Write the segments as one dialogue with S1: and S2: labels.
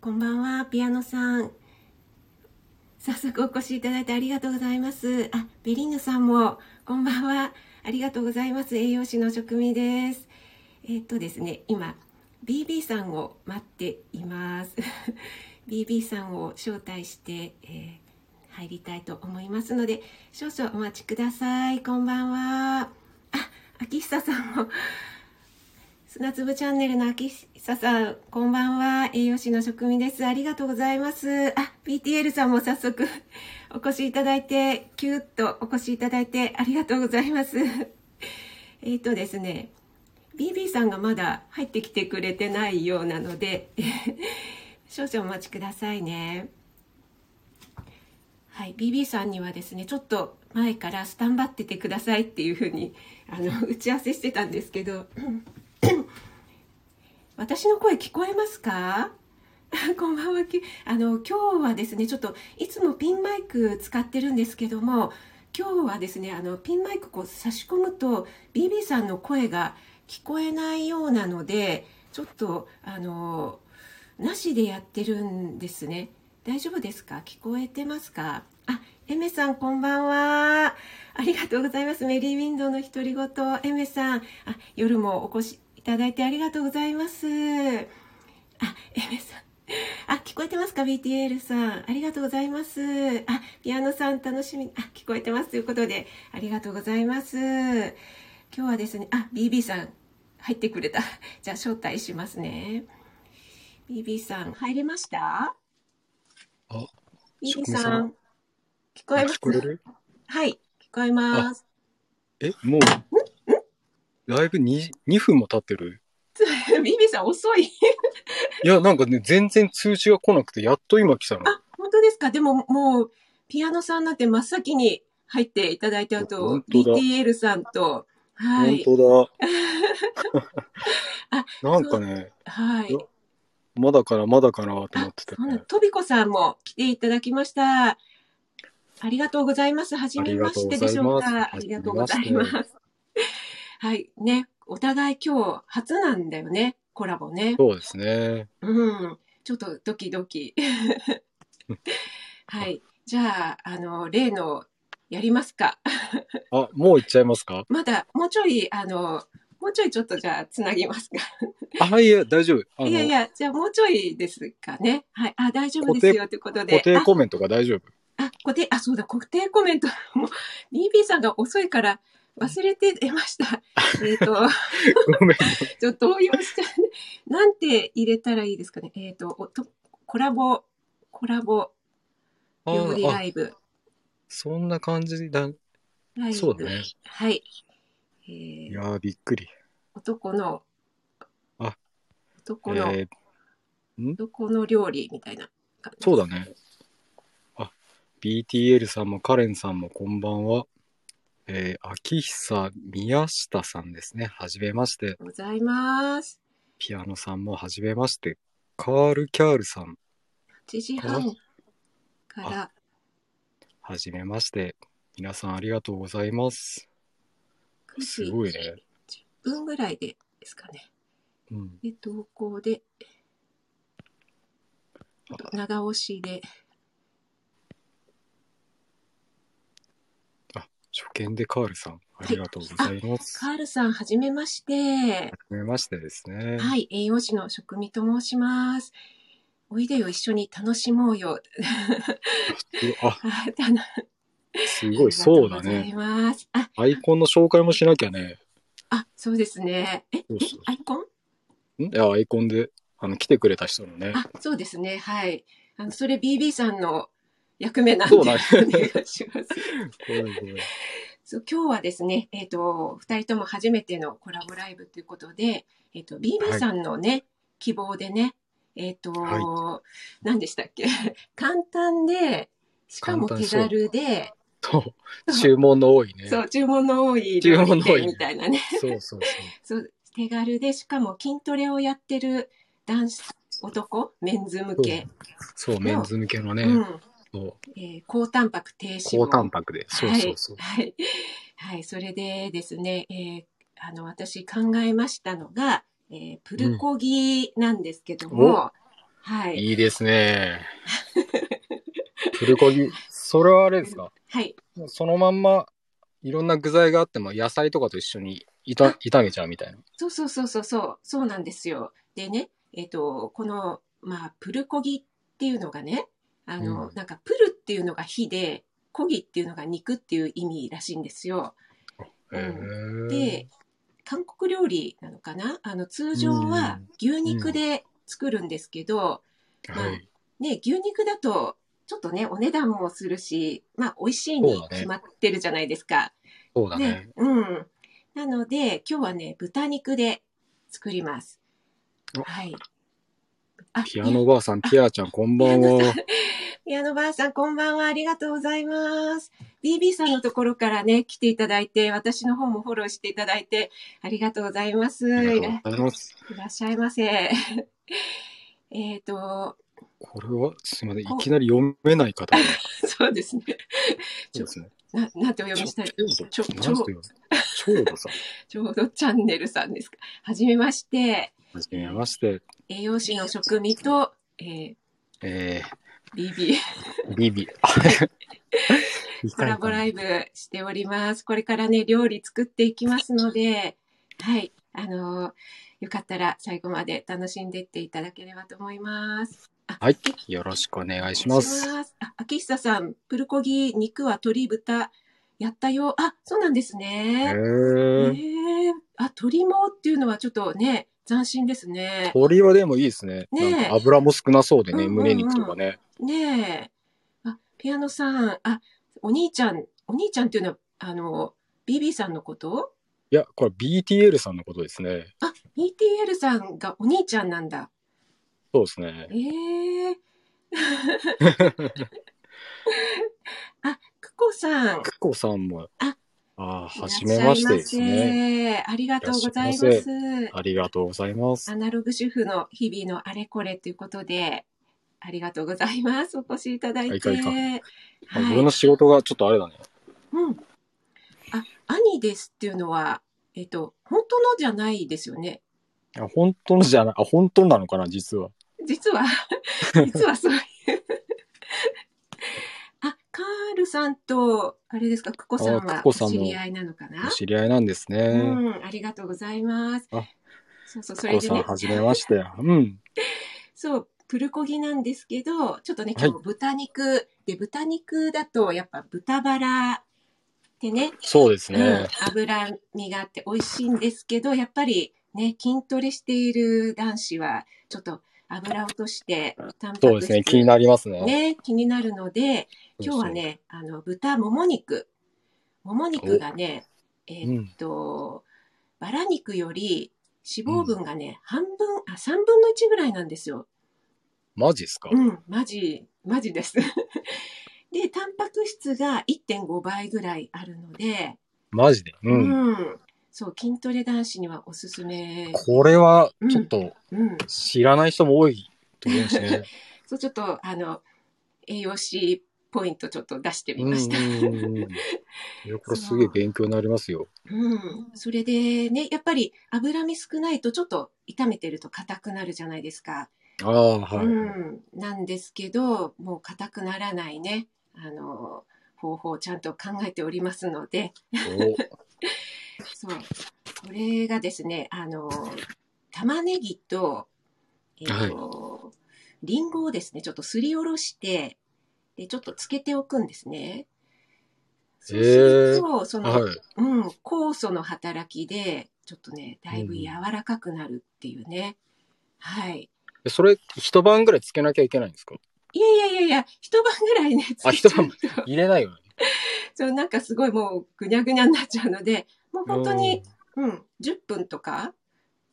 S1: こんばんは、ピアノさん。早速お越しいただいてありがとうございます。あ、ベリーヌさんも、こんばんは。ありがとうございます。栄養士の職味です。えー、っとですね、今、BB さんを待っています。BB さんを招待して、えー、入りたいと思いますので、少々お待ちください。こんばんは。あ、秋久さんも、砂粒チャンネルの秋久さん、こんばんは。栄養士の職味です。ありがとうございます。あ、PTL さんも早速 お越しいただいて、キュッとお越しいただいてありがとうございます。 えっとですね、BB さんがまだ入ってきてくれてないようなので、 少々お待ちくださいね。はい、BB さんにはですね、ちょっと前からスタンバっててくださいっていうふうに、あの、打ち合わせしてたんですけど、私の声聞こえますか こんばんはあの今日はですねちょっといつもピンマイク使ってるんですけども今日はですねあのピンマイクこう差し込むと BB さんの声が聞こえないようなのでちょっとあのなしでやってるんですね大丈夫ですか聞こえてますかあエメさんこんばんはありがとうございますメリーウィンドウの独り言エメさんあ夜もお越しいただいてありがとうございます。あ、エメさん。あ、聞こえてますか ?BTL さん。ありがとうございます。あ、ピアノさん楽しみ。あ、聞こえてます。ということで、ありがとうございます。今日はですね、あ、BB さん、入ってくれた。 じゃあ、招待しますね。BB さん、入れました
S2: あ、
S1: BB さん、聞こえますはい、聞こえます。
S2: え、もうライブ 2, 2分も経ってる。
S1: ビビさん遅いい
S2: や、なんかね、全然通知が来なくて、やっと今来たの。
S1: あ、本当ですか。でももう、ピアノさんなんて真っ先に入っていただいて、あと、BTL さんと、
S2: はい。本当だ。 なんかね、
S1: はい。
S2: まだから、まだから、と思ってた、
S1: ね。とびこさんも来ていただきました。ありがとうございます。はじめましてでしょうか。ありがとうございます。はい。ね。お互い今日初なんだよね。コラボね。
S2: そうですね。
S1: うん。ちょっとドキド キ。はい。じゃあ、あの、例の、やりますか。
S2: あ、もういっちゃいますか
S1: まだ、もうちょい、あの、もうちょいちょっとじゃあ、つなぎますか。
S2: あ、いや、大丈夫。
S1: いやいや、じゃあもうちょいですかね。はい。あ、大丈夫ですよ、ということで。
S2: 固定コメントが大丈夫。
S1: あ、固定、あ、そうだ、固定コメント。もう、BB さんが遅いから、忘れてました。 えっ、ー、と、
S2: ごめん。
S1: ちょっと動揺しちゃう。なんて入れたらいいですかね。えっ、ー、とおと、コラボ、コラボ、料理ライブ。
S2: そんな感じだ。そうだね。
S1: はい。
S2: えー、いやびっくり。
S1: 男の、
S2: あ、
S1: 男の、えー、男の料理みたいな
S2: 感じ。そうだね。あ、BTL さんもカレンさんもこんばんは。えー、秋久宮下さんですね。はじめまして。
S1: ございます。
S2: ピアノさんもはじめまして。カール・キャールさん。
S1: 8時半から。
S2: はじめまして。皆さんありがとうございます。すごいね。
S1: 10分ぐらいでですかね。
S2: うん、
S1: で、投稿で、長押しで。
S2: 初見でカールさん、ありがとうございます。
S1: はい、カールさん、はじめまして。
S2: はじめましてですね。
S1: はい、栄養士の職味と申します。おいでよ、一緒に楽しもう よ。
S2: あ、すごい、そうだね。あアイコンの紹介もしなきゃね。
S1: あ、そうですね。え、そうそうアイコ
S2: ンんいや、アイコンで、あの、来てくれた人のね。
S1: あ、そうですね、はい。あの、それ BB さんの、役目なん で、お願いします。そう今日はですね、えっ、ー、と、二人とも初めてのコラボライブということで、えっ、ー、と、BB さんのね、はい、希望でね、えっ、ー、と、はい、何でしたっけ、 簡単で、しかも手軽で、
S2: そう、注文の多いね。
S1: そう、注文の多い、
S2: 注文の多い、
S1: みたいなね。
S2: そう
S1: そ
S2: そう
S1: う。そう、手軽で、しかも筋トレをやってる男子、男、メンズ向け。
S2: そう、メンズ向けのね。うん
S1: そえー、高タンパク低脂肪。
S2: 高タンパクで。そうそうそう。
S1: はい。 はい。それでですね、えー、あの、私考えましたのが、えー、プルコギなんですけども、はい。
S2: いいです ね。プルコギ。それはあれですか
S1: はい。
S2: そのまんま、いろんな具材があっても、野菜とかと一緒にいた炒めちゃうみたいな。
S1: そうそうそうそうそう、そうなんですよ。でね、えっ、と、この、まあ、プルコギっていうのがね、あの、
S2: うん
S1: なんか、プルっていうのが火で、コギっていうのが肉っていう意味らしいんですよ。
S2: へえ。
S1: で、韓国料理なのかなあの、通常は牛肉で作るんですけど、
S2: はい。
S1: ね、牛肉だと、ちょっとね、お値段もするし、まあ、美味しい
S2: そう
S1: に
S2: だね
S1: 決まってるじゃないですか。
S2: そうだね。
S1: うん。なので、今日はね、豚肉で作ります。
S2: お
S1: はい。あ
S2: ピアノばあさん、ピアちゃん、こんばん は。
S1: ピアノばあさん、こんばんは。ありがとうございます。BB さんのところからね、来ていただいて、私の方もフォローしていただいて、ありがとうございます。
S2: あり
S1: い
S2: がとうございます。
S1: らっしゃいませ。 えっと、
S2: これは、すみません。いきなり読めない方が。
S1: そうですね。
S2: そうですね。
S1: ななんてお
S2: ちょ
S1: 読みしたい
S2: ちょ、
S1: ちょ
S2: ちょ、ちょうどさん。
S1: ちょうどチャンネルさんですか。はじめまして、
S2: はじめまして。
S1: 栄養士の食味と、え
S2: え
S1: ー、BB。
S2: ー、ビビ。
S1: コラボライブしております。これからね、料理作っていきますので、はい、あのーよかったら最後まで楽しんでっていただければと思います。
S2: はい。よろしくお願いします。
S1: す。あ、秋久さん、プルコギ、肉は鶏豚、やったよ。あ、そうなんです
S2: へえ
S1: ね。え
S2: ー。
S1: ー、あ、鶏もっていうのはちょっとね、斬新ですね。
S2: 鶏はでもいいですね。
S1: ねえ
S2: なんか油も少なそうでね、
S1: うんうんうん
S2: 胸肉とかね。
S1: ねえ。あ、ピアノさん、あ、お兄ちゃん、お兄ちゃんっていうのは、あの、BB さんのこと
S2: いや、これ BTL さんのことですね。
S1: あ、ETL さんがお兄ちゃんなんだ。
S2: そうですね。
S1: え えあ、くこさん。
S2: くこさんも、
S1: あ
S2: あー、はじめましてです
S1: いらっしゃい
S2: ね。
S1: ませ。ありがとうございま
S2: いらっし
S1: す。
S2: ありがとうございます
S1: ア。ナログ主婦の日々のあれこれということで、ありがとうございます。お越しいただいて。
S2: あいかいか
S1: は
S2: あ
S1: い。
S2: 俺の仕事がちょっとあれだね。
S1: うん。あ、兄ですっていうのは、えっと、本当のじゃないですよね。
S2: あ本当のじゃない、あ、本当なのかな、実は。
S1: 実 は、実はそういう。あ、カールさんと、あれですか、クコさん
S2: あ
S1: は
S2: ク
S1: お
S2: コさん
S1: 知
S2: も
S1: り合いなのかな
S2: お知り合いなんです
S1: う
S2: ね。
S1: ん、ありがとうございます
S2: あ。
S1: そうそう、そ
S2: く
S1: れ
S2: こ
S1: で
S2: さん、
S1: ね、
S2: はじめまして。うん。
S1: そう、プルコギなんですけど、ちょっとね、
S2: はい
S1: 今日豚肉、で、豚肉だと、やっぱ豚バラってね、
S2: そうです
S1: うん
S2: ね。、
S1: 脂身があって美味しいんですけど、やっぱりね、筋トレしている男子は、ちょっと油落として、タンパ
S2: そ
S1: ク
S2: う
S1: 質
S2: ですね。気になりますね。
S1: ね、気になるので、今日は
S2: そう
S1: ね、あの、豚もも肉。もも肉がね、え
S2: そう。う
S1: ーっ
S2: ん。
S1: と、バラ肉より脂肪分がね、半分、あ、3分の1ぐらいなんですよ。
S2: マジっすか、
S1: うん、マジ、マジです。 で、タンパク質が1.5倍ぐらいあるので、
S2: マジで。うん。
S1: うんそう、筋トレ男子にはおすすめ。
S2: これは、ちょっと、
S1: うん。
S2: 知らない人も多いと思いま すね。
S1: そう、ちょっと、あの、栄養士ポイントちょっと出してみ
S2: うん
S1: ま
S2: う
S1: した。
S2: んうんうん。いや、これすげえ勉強になりますよ。
S1: うん、それでね、やっぱり脂身少ないとちょっと炒めてると硬くなるじゃないですか。
S2: ああ、はい。
S1: うん、なんですけど、もう硬くならないね、あの、方法をちゃんと考えておりますので、そう、これがですね、あの、玉ねぎと、えっ、と、りんごをですね、ちょっとすりおろして、で、ちょっとつけておくんですね。そうすると、そ
S2: お
S1: の、
S2: はい。
S1: うん、酵素の働きで、ちょっとね、だいぶ柔らかくなるっていうね。はい。
S2: えそれ、一晩ぐらいつけなきゃいけないんですか
S1: いやいやいやいや、一晩ぐらいね、
S2: あ
S1: つけちゃうと
S2: 入れないよね。
S1: そう、なんかすごいもうぐにゃぐにゃになっちゃうので、もう本当に、うん、10分とか、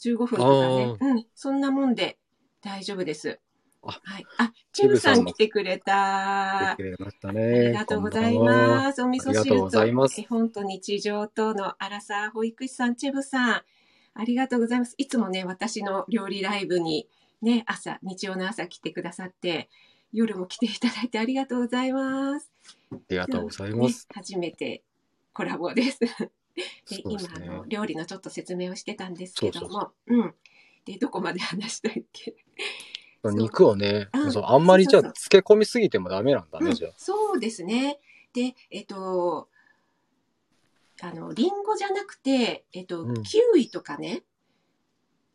S1: 15分とかね、うん、そんなもんで大丈夫です。
S2: あ
S1: はい。あ、チブさ
S2: チブさん
S1: ん来
S2: も
S1: てくれた。
S2: できました
S1: あ
S2: ね。
S1: りがとうござい
S2: こんばんは。
S1: ます。お味噌
S2: ありがとう
S1: 汁
S2: ございま
S1: と
S2: す
S1: 絵本と日常とのアラサー保育士さん、チェブさん。ありがとうございます。いつもね、私の料理ライブにね、朝、日曜の朝来てくださって、夜も来ていただいてありがとうございます。
S2: ありがとうございま
S1: ね
S2: す。、
S1: 初めてコラボ です。で
S2: そう
S1: 今
S2: です
S1: あ
S2: ね。
S1: の料理のちょっと説明をしてたんですけども
S2: そうそう
S1: うんでどこまで話したっけそう
S2: 肉をね、
S1: うん
S2: そうあんまりじゃあ
S1: そうそう
S2: 漬け込みすぎてもダメなんだね、
S1: うん
S2: じゃあ。
S1: そうですね。で、えっと、あの、リンゴじゃなくて、えっと、
S2: うん
S1: キウイとかね、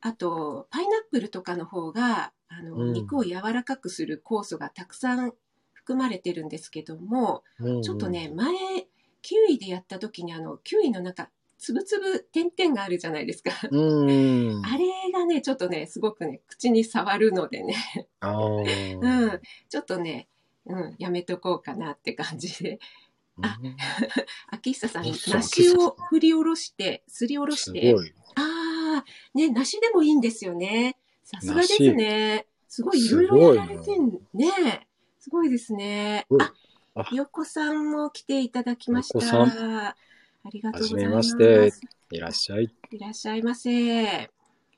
S1: あと、パイナップルとかの方が、あの、
S2: うん
S1: 肉を柔らかくする酵素がたくさん含まれてるんですけども、
S2: うんうん
S1: ちょっとね、。前、キウイでやった時に、あの、キウイの中、つぶつぶ点々があるじゃないですか。
S2: うん。
S1: あれがね、ちょっとね、すごくね、口に触るのでね、
S2: あー
S1: うん、ちょっとね、うん、やめとこうかなって感じで。あ
S2: うん
S1: 秋久さん、
S2: 秋久さん
S1: 梨を振り下ろして、すりおろ
S2: す
S1: して。
S2: ごい。
S1: ああ、ね、梨でもいいんですよね。さすがですね。すごいい
S2: す
S1: ろ
S2: ご
S1: いろ
S2: い
S1: やられてんね。すごいですね
S2: う。ん
S1: あ、
S2: あ
S1: 横さんも来ていただきまし
S2: よこさ
S1: た。ありがとうございます。
S2: はじめましていらっしゃい。
S1: いらっしゃいませ。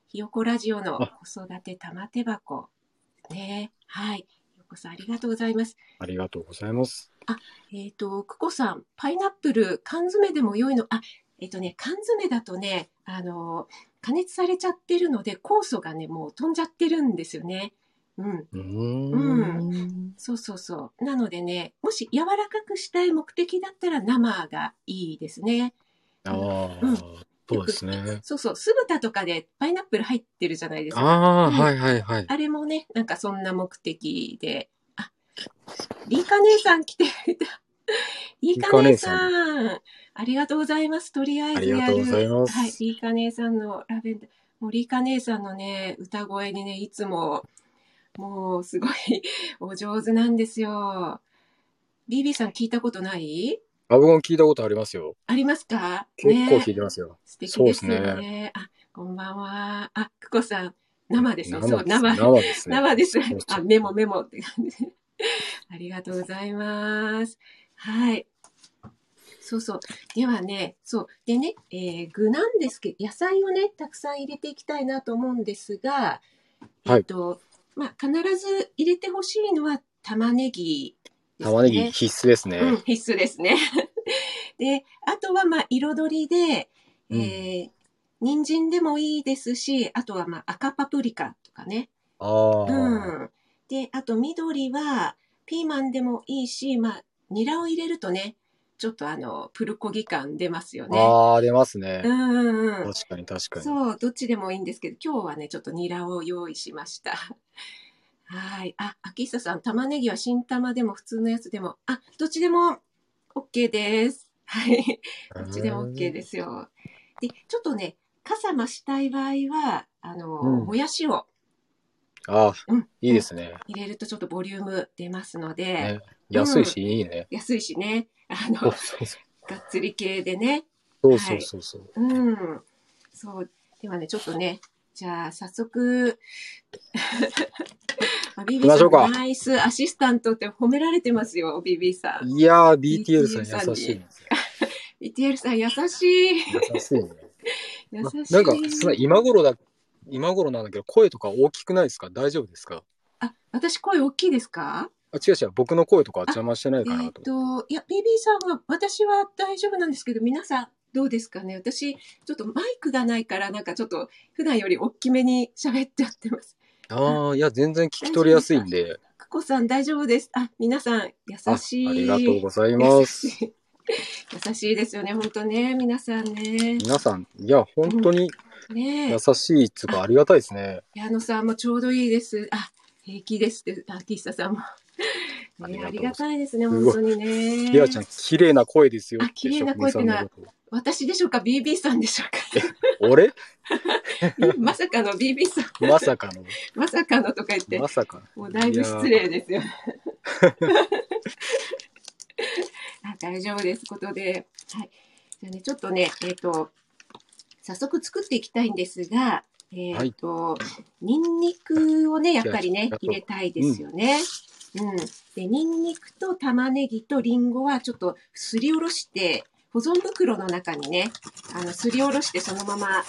S1: ひよこラジオの
S2: あ
S1: 子育て玉手箱。ね。はい。ひよこさん、ありがとうございます。
S2: ありがとうございます。
S1: えっ、と、くこさん、パイナップル、缶詰でも良いの、あ、えっ、とね、缶詰だとね、あの、加熱されちゃってるので、酵素がね、もう飛んじゃってるんですよね。うん、
S2: うーん。
S1: そうそうそう。なのでね、もし柔らかくしたい目的だったら生がいいですね。
S2: ああ、
S1: うん
S2: そうですね。
S1: そうそう、酢豚とかでパイナップル入ってるじゃないですか。
S2: ああ、
S1: うん
S2: はいはいはい。
S1: あれもね、なんかそんな目的で。あ、リーカ姉さん来て くれた。リーカ姉さん、ありがとうございます。とりあえずやる。
S2: ありがとうございます
S1: はい、リーカ姉さんのラベンダー。もうリーカ姉さんのね、歌声にね、いつも、もうすごいお上手なんですよ。BB さん聞いたことない
S2: あ、僕も聞いたことありますよ。
S1: ありますか
S2: 結構聞い
S1: ね、
S2: てますよ。
S1: 素敵です
S2: そう
S1: よ
S2: です
S1: ね。あ、こんばんは。あ、久子さん、生ですね。そう、
S2: 生
S1: 生。
S2: 生ですね。
S1: 生です
S2: そう。
S1: あ、メモメモって感じ。ありがとうございます。はい。そうそう。ではね、そう。でね、えー具なんですけど、野菜をね、たくさん入れていきたいなと思うんですが、
S2: はい
S1: えっと、まあ、必ず入れてほしいのは玉ねぎですね。
S2: 玉ねぎ必須ですね。
S1: うん、必須ですね。 で、あとはまあ彩りで、
S2: うん
S1: えー人参でもいいですし、あとはまあ赤パプリカとかね。
S2: ああ、
S1: うん。で、あと緑はピーマンでもいいし、まあニラを入れるとね、ちょっとあのプルコギ感出ますよね。
S2: ああ、出ますね。
S1: うんうんうん。
S2: 確かに確かに。
S1: そう、どっちでもいいんですけど、今日はね、ちょっとニラを用意しました。 はい。あ、秋久さん、玉ねぎは新玉でも普通のやつでも、あ、どっちでも OK です。はい。どっちでも OK ですよ。で、ちょっとね、かさ増したい場合は、あの、
S2: うん
S1: もやしを
S2: ああ、
S1: うん
S2: いいですね。
S1: 入れるとちょっとボリューム出ますので、
S2: ね安いし、いいね。
S1: 安いしね、あの、
S2: そう
S1: が
S2: そうそ
S1: っつり系でね、
S2: うそうそうそう。
S1: うん。そう。ではね、ちょっとね、じゃあ、早速、 まあ BB
S2: きまし
S1: さ
S2: ょ
S1: ん
S2: うか
S1: のナイスアシスタントって褒められてますよ、BB さん。
S2: いやー、BTL さ
S1: BTL
S2: ん優しいね。
S1: ETL さん、優しい。
S2: 優しいね。
S1: 優
S2: な
S1: しい。
S2: なんか、すごい今頃だ、今頃なんだけど、声とか大きくないですか大丈夫ですか
S1: あ、私声大きいですか
S2: あ、違う違う、僕の声とか邪魔してないか
S1: え
S2: な
S1: っ
S2: と。
S1: と、いや、BB さんは、私は大丈夫なんですけど、皆さん、どうですかね私、ちょっとマイクがないから、なんかちょっと、普段より大きめに喋っちゃってます。
S2: ああ、いや、全然聞き取りやすいんで、
S1: くこさん大丈夫です。あ、皆さん優
S2: あ
S1: しい。
S2: ありがとうござい
S1: 優
S2: ま
S1: し
S2: す。
S1: い。優しいですよね、本当ね、皆さんね。
S2: 皆さん、いや、本当に
S1: ねえ
S2: 優、しいっつうか、ありがたいですね。
S1: 矢野さんもちょうどいいです。あ、平気ですって、アーティストさんも。ね、あ
S2: あ
S1: り
S2: り
S1: が
S2: が
S1: たいですね、
S2: ござ
S1: 本
S2: います
S1: 当にね。
S2: リアちゃん、綺麗な声ですよっ
S1: あ
S2: て、
S1: 綺麗な声ってのは
S2: 職人さんのこ
S1: 私でしょうか、BB さんでしょう
S2: と俺
S1: か。 まさかの BB さん、
S2: まさか の。
S1: まさかのとか言って
S2: ま、さか。
S1: もうだいぶ失
S2: いや
S1: 礼ですよ。 あ大丈夫ですことで、はい、じゃあねちょっとねえっ、と早速作っていきたいんですが、えっ、と、ニンニクをねやっぱりね
S2: じゃあ
S1: 入れたいですよね。うん、でニンニクと玉ねぎとリンゴはちょっとすりおろして保存袋の中にねあのすりおろしてそのままあ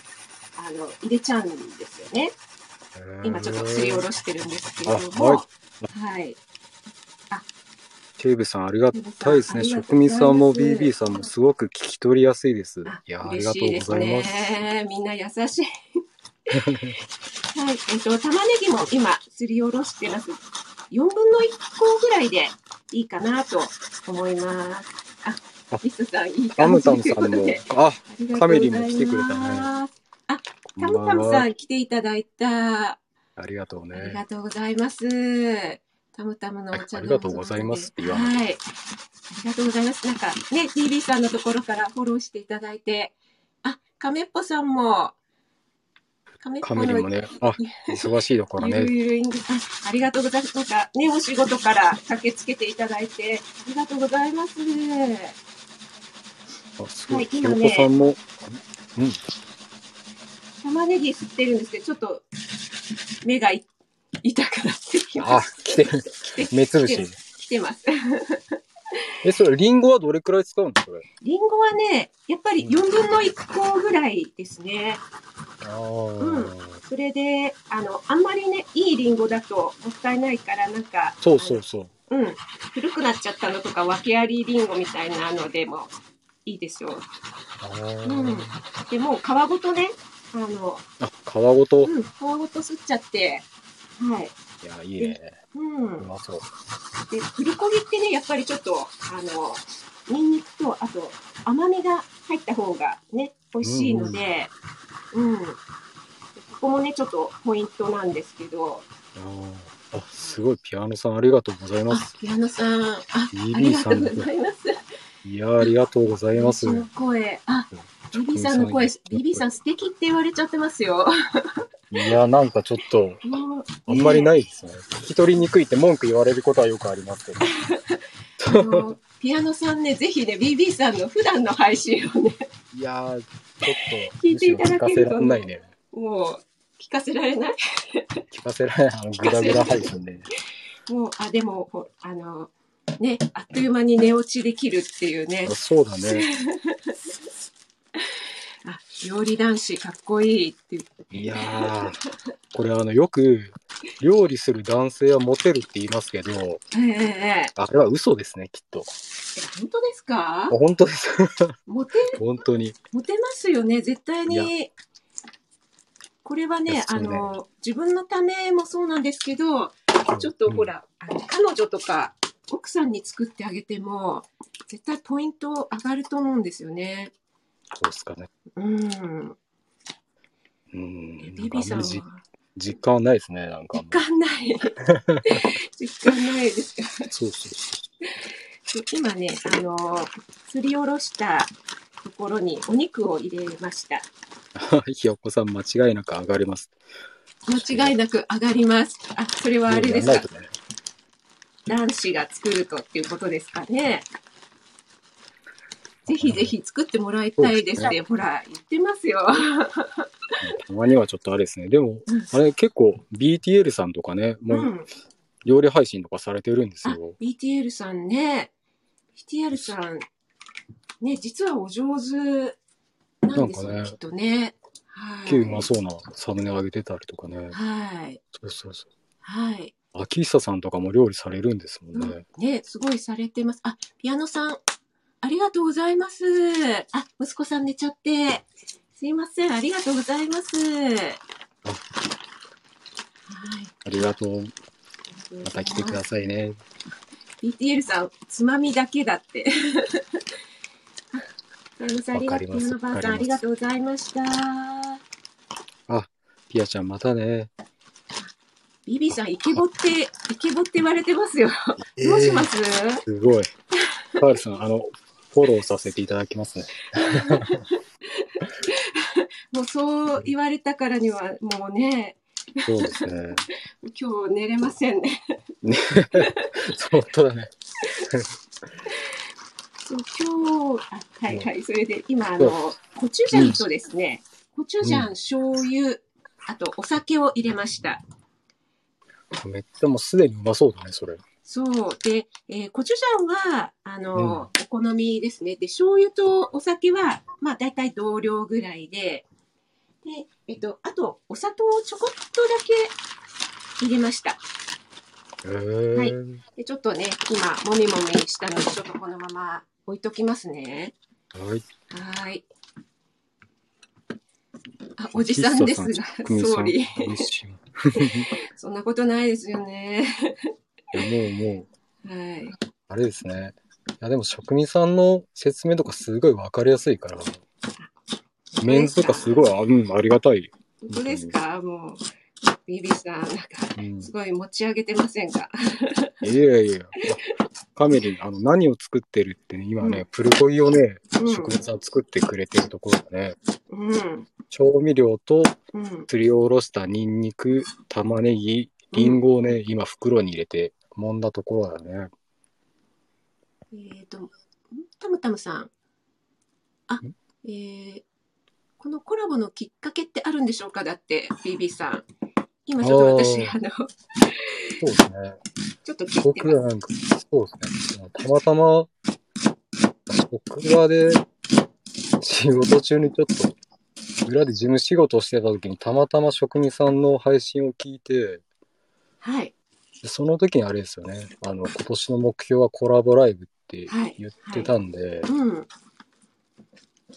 S1: の入れちゃうんですよね。
S2: ー
S1: 今ちょっとすりおろしてるんですけれど
S2: あ
S1: も、
S2: は
S1: はい、
S2: テーブさん、ありがたいですね。職人さんも BB さんもすごく聞き取りやすいです
S1: あ。
S2: いや、あり
S1: 嬉
S2: が
S1: し
S2: とう
S1: い
S2: ご
S1: です
S2: ざいます。
S1: ね。みんな優しい。はい、えっと、玉ねぎも今、すりおろしてます。4分の1個ぐらいでいいかなと思います。あ
S2: あ、
S1: リスさん、いい
S2: タ
S1: 感
S2: ム
S1: じと
S2: タム
S1: い
S2: さ
S1: うんこと
S2: も
S1: で。、
S2: あ、
S1: ありがとうございます
S2: カメリも来てくれたね
S1: あ、タ
S2: こんば
S1: ム
S2: ん
S1: タムさ
S2: は。
S1: ん来ていただいた。あ
S2: ありがとう
S1: り
S2: ね。
S1: がとうございます。タムタムのお茶
S2: ありがとうございますって言わない
S1: はい。ありがとうございます。なんかね、TV さんのところからフォローしていただいて。あ、カメッポさんも。カメッ
S2: カ
S1: ポ
S2: メリ
S1: の
S2: もね、あ、忙しいところ
S1: ゆる
S2: ね。
S1: ゆるイングあありがとうございます。なんかね、お仕事から駆けつけていただいて、ありがとうございます。
S2: あ、すご。
S1: はいい
S2: ひ
S1: 今
S2: よ
S1: ね
S2: こさんも、うん、
S1: 玉ねぎ吸ってるんですけど、ちょっと目がい痛くなってきま
S2: あ
S1: す。、
S2: 来て、
S1: 来て
S2: 目つぶし。
S1: 来てます。
S2: え、それ、リンゴはどれくらい使うのそれ。
S1: リンゴはね、やっぱり4分の1個ぐらいですね。
S2: あ
S1: ん
S2: あ。
S1: それで、あの、あんまりね、いいリンゴだともったいないから、なんか、
S2: そうそうそう。
S1: あの。うん。古くなっちゃったのとか、訳ありリンゴみたいなのでもいいでしょう。
S2: あ
S1: うん
S2: ー、
S1: でもう皮ごとね、あの、
S2: あ、皮ごと。
S1: うん、皮ごとすっちゃって、はい。
S2: いや、いいね。
S1: う。
S2: うんまそう。
S1: で、プルコギってね、やっぱりちょっと、あの、ニンニクと、あと、甘みが入った方がね、美味しいので、うん、ここもね、ちょっとポイントなんですけど、
S2: あーあ、すごい。ピアノさん、ありがとうございま
S1: あ
S2: す。、
S1: ピアノさん、あ、あり
S2: BB
S1: が
S2: さ
S1: と
S2: ん
S1: う
S2: の
S1: ございます。
S2: いやー、ありがとうございます。
S1: その声、あ、
S2: ちょ
S1: ビビさんの声、ビビさん
S2: い
S1: 素敵って言われちゃってますよ。
S2: や、なんかちょっと、
S1: もう
S2: あんまり
S1: ね
S2: ないですね。聞き取りにくいって文句言われることはよくありますけど。
S1: あのピアノさんね、ぜひね、BB さんの普段の配信をね、
S2: いやー、ちょっと、
S1: 聞いていただけると
S2: むしろ聞かせられないね。
S1: もう聞かせられない。
S2: 聞かせられない。あの、グダグダ配信で。
S1: もう、あ、でも、ほあの、ね、あっという間に寝落ちできるっていうね
S2: あ、そうだね。
S1: あ、料理男子かっこいいっていう。
S2: いやー、これあの、よく、料理する男性はモテるって言いますけど、
S1: ええええ
S2: あれは嘘ですね、きっと。
S1: 本当ですか
S2: 本当 です。
S1: モテ、
S2: 本当に。
S1: モテますよね、絶対
S2: い
S1: に。これはい
S2: や
S1: ね、
S2: そ
S1: あ
S2: うね
S1: の、自分のためもそうなんですけど、ちょっとほら、あの彼女とか奥さんに作ってあげても、絶対ポイント上がると思うんですよね。
S2: そうですかね。
S1: うん。
S2: うん。
S1: え
S2: なん
S1: ビビ
S2: かあんま
S1: さんは
S2: りじ実感はないですね、なんか
S1: 実
S2: あんまり。
S1: 感 ない。実感ないですか。
S2: そうそうそ
S1: 今ね、あのすりおろしたところにお肉を入れました。
S2: う。 ひよこさん、間違いなく上がります。
S1: 間違いなく上がります。あ、それはあれです
S2: やんない
S1: か。
S2: とね
S1: 男子が作るとっていうことですかね。ぜひぜひ作ってもらいたいです
S2: そう
S1: ね。ほら、言ってますよ。
S2: たまにはちょっとあれですね。でも、あれ結構 BTL さんとかね、
S1: う。
S2: もうん料理配信とかされてるんです
S1: あ
S2: よ。、
S1: BTL さんね。BTL さん、ね、実はお上手なんですよ、
S2: なんかね
S1: きっとね。はい。
S2: 結構うまそうなサムネ上げてたりとかね。
S1: はい。
S2: そうそうそ
S1: はい。
S2: う。秋久さんとかも料理されるんですもんね。
S1: ね、すごいされてます。あ、ピアノさん、ありがとうございます。あ、息子さん寝ちゃって。すいません、ありがとうございます。はい。
S2: ありがとう。ま
S1: ま
S2: た来てくださいね。
S1: BTL さん、つまみだけだって。 あピアノさん、ありがとう。
S2: わかりま
S1: ピ
S2: す
S1: アノばあさん、ありがとうございました。
S2: ピアちゃんまたね。
S1: ビビさん、イケボって、イケボって言われてますよ。どうします、
S2: すごい。カールさん、あの、フォローさせていただきますね。
S1: もうそう言われたからには、もうね、
S2: そうですね。
S1: 今日寝れませんね。
S2: 本当だね。
S1: そう今日、あはいはい、それで今、あ
S2: そう
S1: の、コチュジャンとですね、コチュジャン、醤油、あとお酒を入れました。
S2: めっちゃもうすでにうまそうだね、それ。
S1: そう。で、えーコチュジャンは、あの、お好みですね。で、醤油とお酒は、まあ、大体同量ぐらいで、で、えっと、あと、お砂糖をちょこっとだけ入れました。
S2: へー
S1: はいで、ちょっとね、今、もみもみしたので、ちょっとこのまま置いときますね。
S2: はい。
S1: はーい。あ、おじさんですが
S2: 秋久さんちくみさん
S1: 総理
S2: どうしよ
S1: そんなことないですよね。
S2: ういやもうもう
S1: はい。
S2: あれですねいやでも職人さんの説明とかすごいわかりやすいからメンズとかすごいあ,、うん、ありがたい、
S1: 本当ですかもう、ビビさん、なんか、
S2: うん、
S1: すごい持ち上げてませんか
S2: いやいやいや。カメリン、あの、何を作ってるってね、今ね、プルコギをね、
S1: うん
S2: 職人さん作ってくれてるところだね。
S1: うん。
S2: 調味料と
S1: うん。
S2: すりおろしたニンニク、玉ねぎ、リンゴをね、今袋に入れて揉んだところだね。
S1: えっ、と、たむたむさん。あ
S2: ん、
S1: えー、このコラボのきっかけってあるんでしょうかだって、ビビさん。今ちょっと私、
S2: あ
S1: あの、
S2: そうですね。
S1: ちょっと聞いて
S2: 僕
S1: ます。
S2: はなんか、そうですね。たまたま、職場で仕事中にちょっと、裏で事務仕事をしてた時にたまたま職人さんの配信を聞いて、
S1: はい。
S2: でその時にあれですよね、あの、今年の目標はコラボライブって
S1: はい
S2: 言ってたんで、
S1: うん。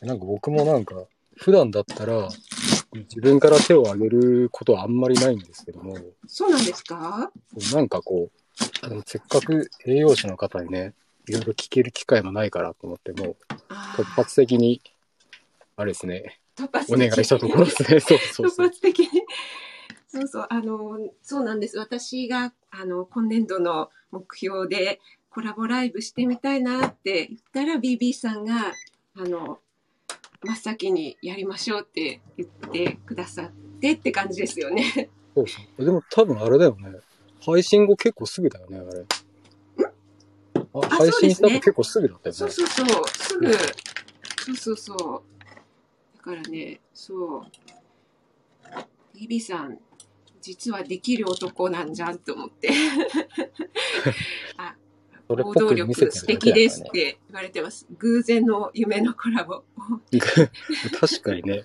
S2: なんか僕もなんか、普段だったら、自分から手を挙げることはあんまりないんですけども、
S1: そうなんですか
S2: なんかこう、あのせっかく栄養士の方にね、いろいろ聞ける機会もないからと思って、もう
S1: あー
S2: 突発的に、あれですね、
S1: 突発的
S2: お願いしたところ ですね。そうそう
S1: 突
S2: そう。
S1: 発的に。そうそう、あの、そうなんです。私が、あの、今年度の目標でコラボライブしてみたいなって言ったら、BB さんが、あの、真っ先にやりましょうって言ってくださってって感じですよね。
S2: そうそうでも多分あれだよね、配信後結構すぐだよね、あれ。あ
S1: あそう
S2: 配
S1: ですね
S2: 信した後結構すぐだったよね。
S1: そうそうそう、すぐ、そうそうそう。だからね、そう。BB さん、実はできる男なんじゃんと思って。あ
S2: それっ
S1: 行
S2: ぽ
S1: 動
S2: く
S1: 力
S2: 見せてるだけだか
S1: 素敵
S2: らね
S1: ですっ。て言われてます。偶然の夢のコラボ。
S2: 確かにね。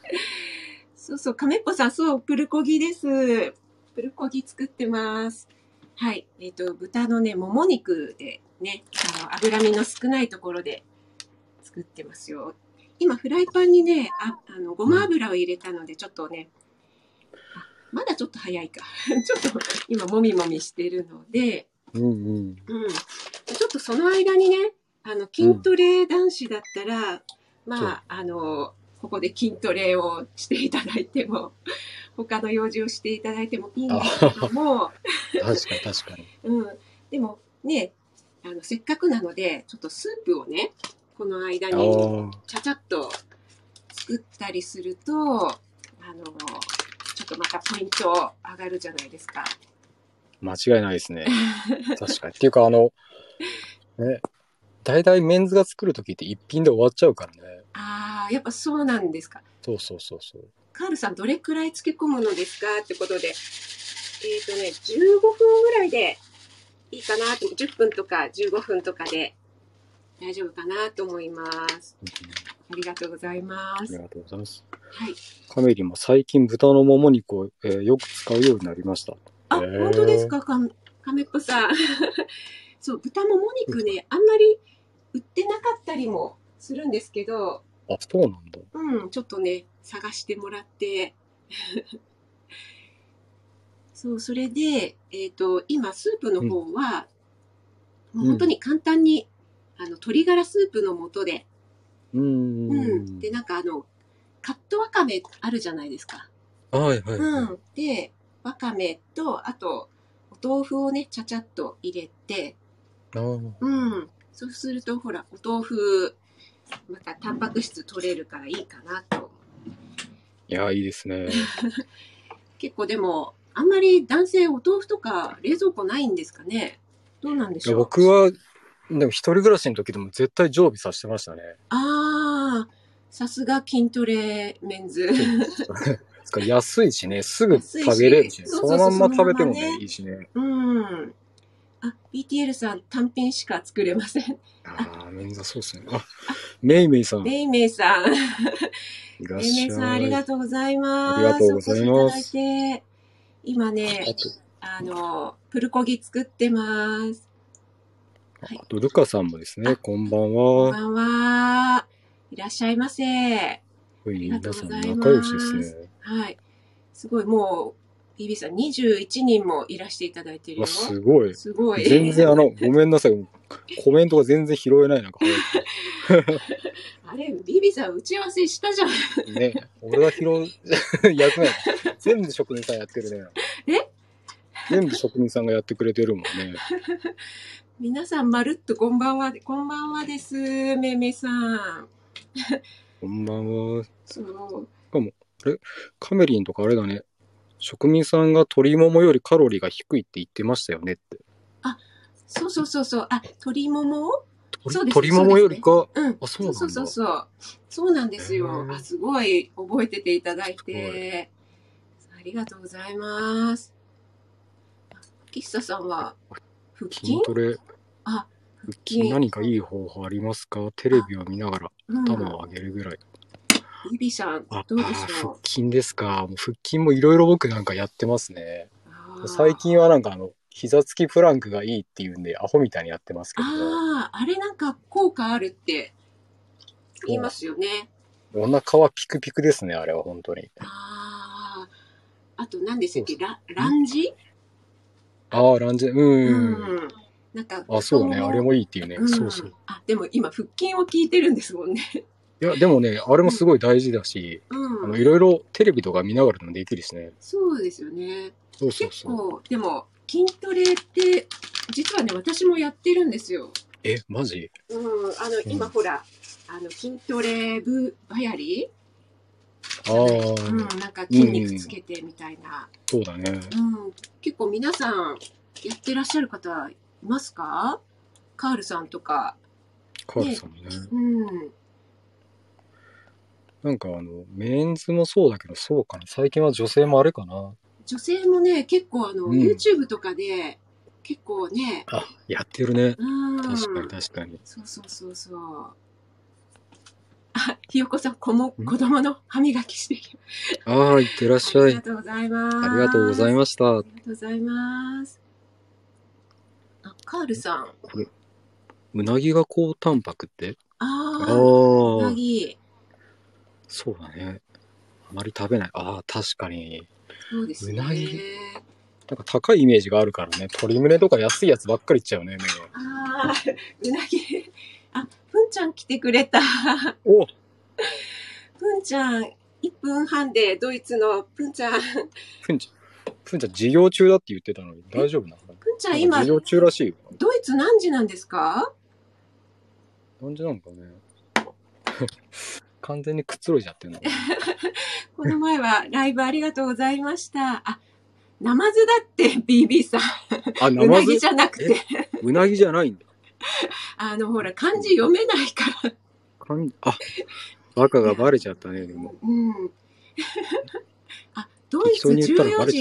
S1: そうそう、亀っぽさん、そう、プルコギです。プルコギ作ってます。はい。えっ、と、豚のね、もも肉でね、あの脂身の少ないところで作ってますよ。今、フライパンにね、ああのごま油を入れたので、ちょっとね、あまだちょっと早いか。 ちょっと今、もみもみしてるので、
S2: うんうん。
S1: うん、ちょっとその間にねあの筋トレ男子だったら、
S2: そう
S1: まああのここで筋トレをしていただいても 他の用事をしていただいてもいいんですけども、
S2: 確かに確 かに。
S1: うん、でもねあのせっかくなのでちょっとスープをねこの間
S2: あ
S1: に
S2: あ。
S1: ちゃちゃっと作ったりするとあのちょっとまたポイント上がるじゃないですか。
S2: 間違いないですね。確かに。っていうか、あの、ね、大体メンズが作るときって一品で終わっちゃうからね。
S1: あーやっぱそうなんですか。
S2: そうそうそうそう。
S1: カールさんどれくらい漬け込むのですかってことで、えっ、とね、15分ぐらいでいいかなと、10分とか15分とかで大丈夫かなと思います。
S2: あ
S1: ありがとうございま
S2: り
S1: す。
S2: がとうございます。
S1: はい。
S2: カメリンも最近豚のもも肉を、えーよく使うようになりました。
S1: あ、
S2: へー
S1: 本当ですか、か亀っぽさん。 そう、豚もも肉ね、あんまり売ってなかったりもするんですけど、
S2: あ、そうなんだ。
S1: うん、ちょっとね、探してもらって。 そう、それで、えっ、と、今、スープの方は、もう本当に簡単に、あの、鶏ガラスープの素で、
S2: うーん。
S1: うん。で、なんかあの、カットわかめあるじゃないですか。
S2: はいはい、
S1: う
S2: はい
S1: ん。で、わかめと、あと、お豆腐をね、ちゃちゃっと入れて、
S2: あー
S1: うん。そうすると、ほら、お豆腐、またタンパク質取れるからいいかなと
S2: いや、いいですね。
S1: 結構でも、あんまり男性お豆腐とか冷蔵庫ないんですかね。どうなんで
S2: い
S1: し
S2: や
S1: ょう。
S2: 僕は、でも一人暮らしの時でも絶対常備させてましたね。
S1: ああ、さすが筋トレメンズ。
S2: つか安いしね、すぐ食べれるし、
S1: 安いし
S2: そのまんま食べて
S1: そうそうそのまんま
S2: も
S1: ね
S2: ね、いいしね。
S1: うん。あ、BTL さん単品しか作れません。
S2: ああ、メンズはそうですね。あ、メイメイさん、い
S1: メイメイさん。メ
S2: らっ
S1: イメ
S2: し
S1: イさんあ
S2: ゃ
S1: り
S2: い。
S1: がとうございます。
S2: ありがとうございます
S1: お越しいただいて。今ね、あの、プルコギ作ってます。
S2: あと、ルカさんもですね、こんばん
S1: こん
S2: は。
S1: ばんは。いらっしゃいませ。
S2: ごい、
S1: ありがと
S2: 皆
S1: う
S2: さ
S1: ご
S2: ん
S1: ざいます
S2: 仲良しですね。
S1: はい。すごい、もう、BB さん、21人もいらしていただいてる
S2: う
S1: よ
S2: わ、。すごい。
S1: すごい。
S2: 全然、あの、ごめんなさい。コメントが全然拾えない。なんか、
S1: あれ、BB さん、打ち合わせしたじゃん。
S2: ね。俺が拾う、 役ない。全部職人さんやってるね。
S1: え
S2: 全部職人さんがやってくれてるもんね。
S1: 皆さん、まるっと、こんばんは、こんばんはです、めめさん。
S2: こんばんは。
S1: そう。
S2: カメリンとかあれだね。職人さんが鶏ももよりカロリーが低いって言ってましたよねって。
S1: そうそうそうそう。あ、鶏ももそうです
S2: 鶏ももよりか、
S1: うん。
S2: あ、そうなんだ。
S1: そうそうそう。そうなんですよ
S2: へ。ー
S1: あ、すごい覚えてていただいて。
S2: す
S1: ありがとうございます。岸田さんは腹筋
S2: 筋トレ、
S1: あ、
S2: 腹筋何かいい方法ありますかテレビを見ながら
S1: うん。
S2: 頭を上げるぐらい。
S1: ビビさん
S2: あ、、
S1: どうで
S2: あー
S1: し
S2: 腹
S1: ょ
S2: 筋ですか。もう腹筋もいろいろ僕なんかやってますね。
S1: うあー
S2: 最近はなんかあの、膝つきプランクがいいっていうんで、アホみたいにやってますけど、
S1: ああ、あれなんか効果あるって言いますよね。
S2: お腹はピクピクですね、あれは本当に。
S1: ああ。あと何でしたっけラランジ
S2: ああ、ランジェ、う
S1: う
S2: ーん。。
S1: なんか、
S2: あ、そうだね。あれもいいっていうね。
S1: うん
S2: そうそう。
S1: あ、でも今腹筋を聞いてるんですもんね。
S2: いや、でもね、あれもすごい大事だし、あ
S1: う
S2: の
S1: ん。
S2: いろいろテレビとか見ながらでもできるしね。
S1: そうですよね。
S2: そうそう
S1: 結
S2: そう。
S1: 構、でも筋トレって、実はね、私もやってるんですよ。
S2: え、マジ
S1: うん、あの、今
S2: うん
S1: ほら、あの、筋トレ部流行り
S2: ああ、
S1: うん、なんか筋肉つけてみたいな。
S2: そうだね。
S1: うん、結構皆さんやってらっしゃる方いますかカールさんとか。
S2: カールさんもね。
S1: うん。
S2: なんかあの、メンズもそうだけど、そうかな。最近は女性もあれかな。
S1: 女性もね、結構あの、
S2: うん
S1: YouTube とかで、結構ね、
S2: あ、やってるね。
S1: うん。
S2: 確かに確かに。
S1: そうそうそうそう。あ、ひよこさん、子も、子供の歯磨きしてき
S2: ああ、いってらっしゃ
S1: あり
S2: い
S1: が。とうございます。
S2: ありがとうござい
S1: す。
S2: ました。
S1: ありがとうございます。あ、カールさん。
S2: うなぎが高タンパクってああ
S1: ああ、うな
S2: ー、
S1: ぎ。
S2: そうだね。あまり食べない。ああ、確かに。
S1: そうですね。
S2: うなぎなんか高いイメージがあるからね。鶏胸とか安いやつばっかりいっちゃうね、目が
S1: ああ、うなぎ。あ、ふんちゃん来てくれた。
S2: お
S1: ふんちゃん、1分半でドイツのふんちゃん。ふ
S2: ふんちゃん、ふんちゃん授業中だって言ってたのに大丈夫なの
S1: んちゃん、今、
S2: 授業中らしいよ。
S1: ドイツ何時なんですか
S2: なんでなんかね。 完全にくつろいじゃってんの。
S1: この前はライブありがとうございました。あ、ナマズだって、BB さん。
S2: あ、
S1: う
S2: ナマ
S1: な
S2: ズ
S1: ぎじゃなくて。
S2: うなぎじゃないんだ。
S1: あの、ほら、漢字読めないから。
S2: かんあ、バカがバレちゃったね、でも。
S1: うん。あ、ドイツ
S2: 適当に言ったら
S1: 14
S2: バレち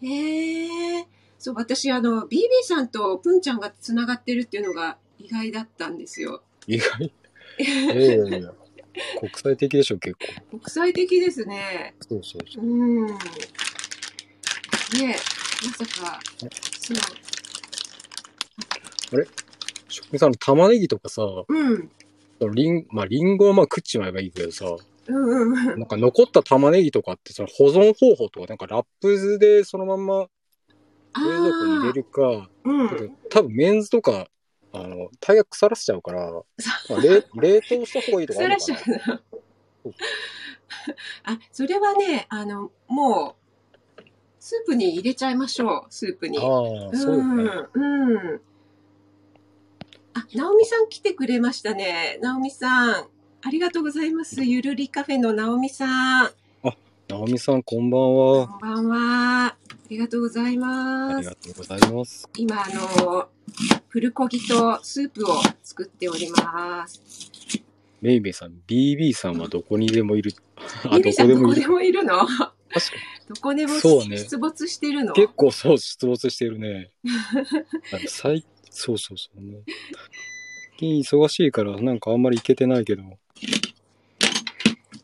S1: 時。へえ。そう、私、あの、BB さんとプンちゃんがつながってるっていうのが意外だったんですよ。
S2: 意外。いやいやいや。国際的でしょ、結構。
S1: 国際的ですね。
S2: そうそうそう。
S1: うん。ねえ、まさか、そう。
S2: 職人さん、あの玉ねぎとかさ、
S1: うん。
S2: そのリン、まあ、リンゴはまあ食っちまえばいいけどさ、
S1: うんうんうん。
S2: なんか残った玉ねぎとかって、その保存方法とか、なんかラップでそのまんま
S1: あ
S2: 冷蔵庫に入れ
S1: ー
S2: るか、
S1: う
S2: だけ
S1: ん。
S2: ど多分メンズとか、あの、大概腐らせちゃうから、まあ冷冷凍した方がいいとか
S1: 腐
S2: あるの
S1: ら
S2: か
S1: しち
S2: な
S1: ゃうな。あ、それはね、あの、もう、スープに入れちゃいましょう、スープに。
S2: ああ、そう
S1: う
S2: だね。
S1: ん、うん。あ、ナオミさん来てくれましたね。ナオミさん。ありがとうございます。ゆるりカフェのナオミさん。
S2: ナオミさん、こんばんは。
S1: こんばんは。ありがとうござい
S2: あ
S1: ま
S2: りが
S1: す。
S2: とうございます。
S1: 今、あの、プルコギとスープを作っております。
S2: メイメイさん、BB さんはどこにでもいる。 あ、
S1: ゆ
S2: ど
S1: りさん、
S2: こで
S1: ど
S2: も
S1: こ
S2: い
S1: で
S2: る。
S1: もいるの
S2: 確かに
S1: どこでも
S2: そうね
S1: 出没してるの
S2: 結構そう、出没してるね。あの最そうそうそう、ね。最近忙しいから、なんかあんまり行けてないけど。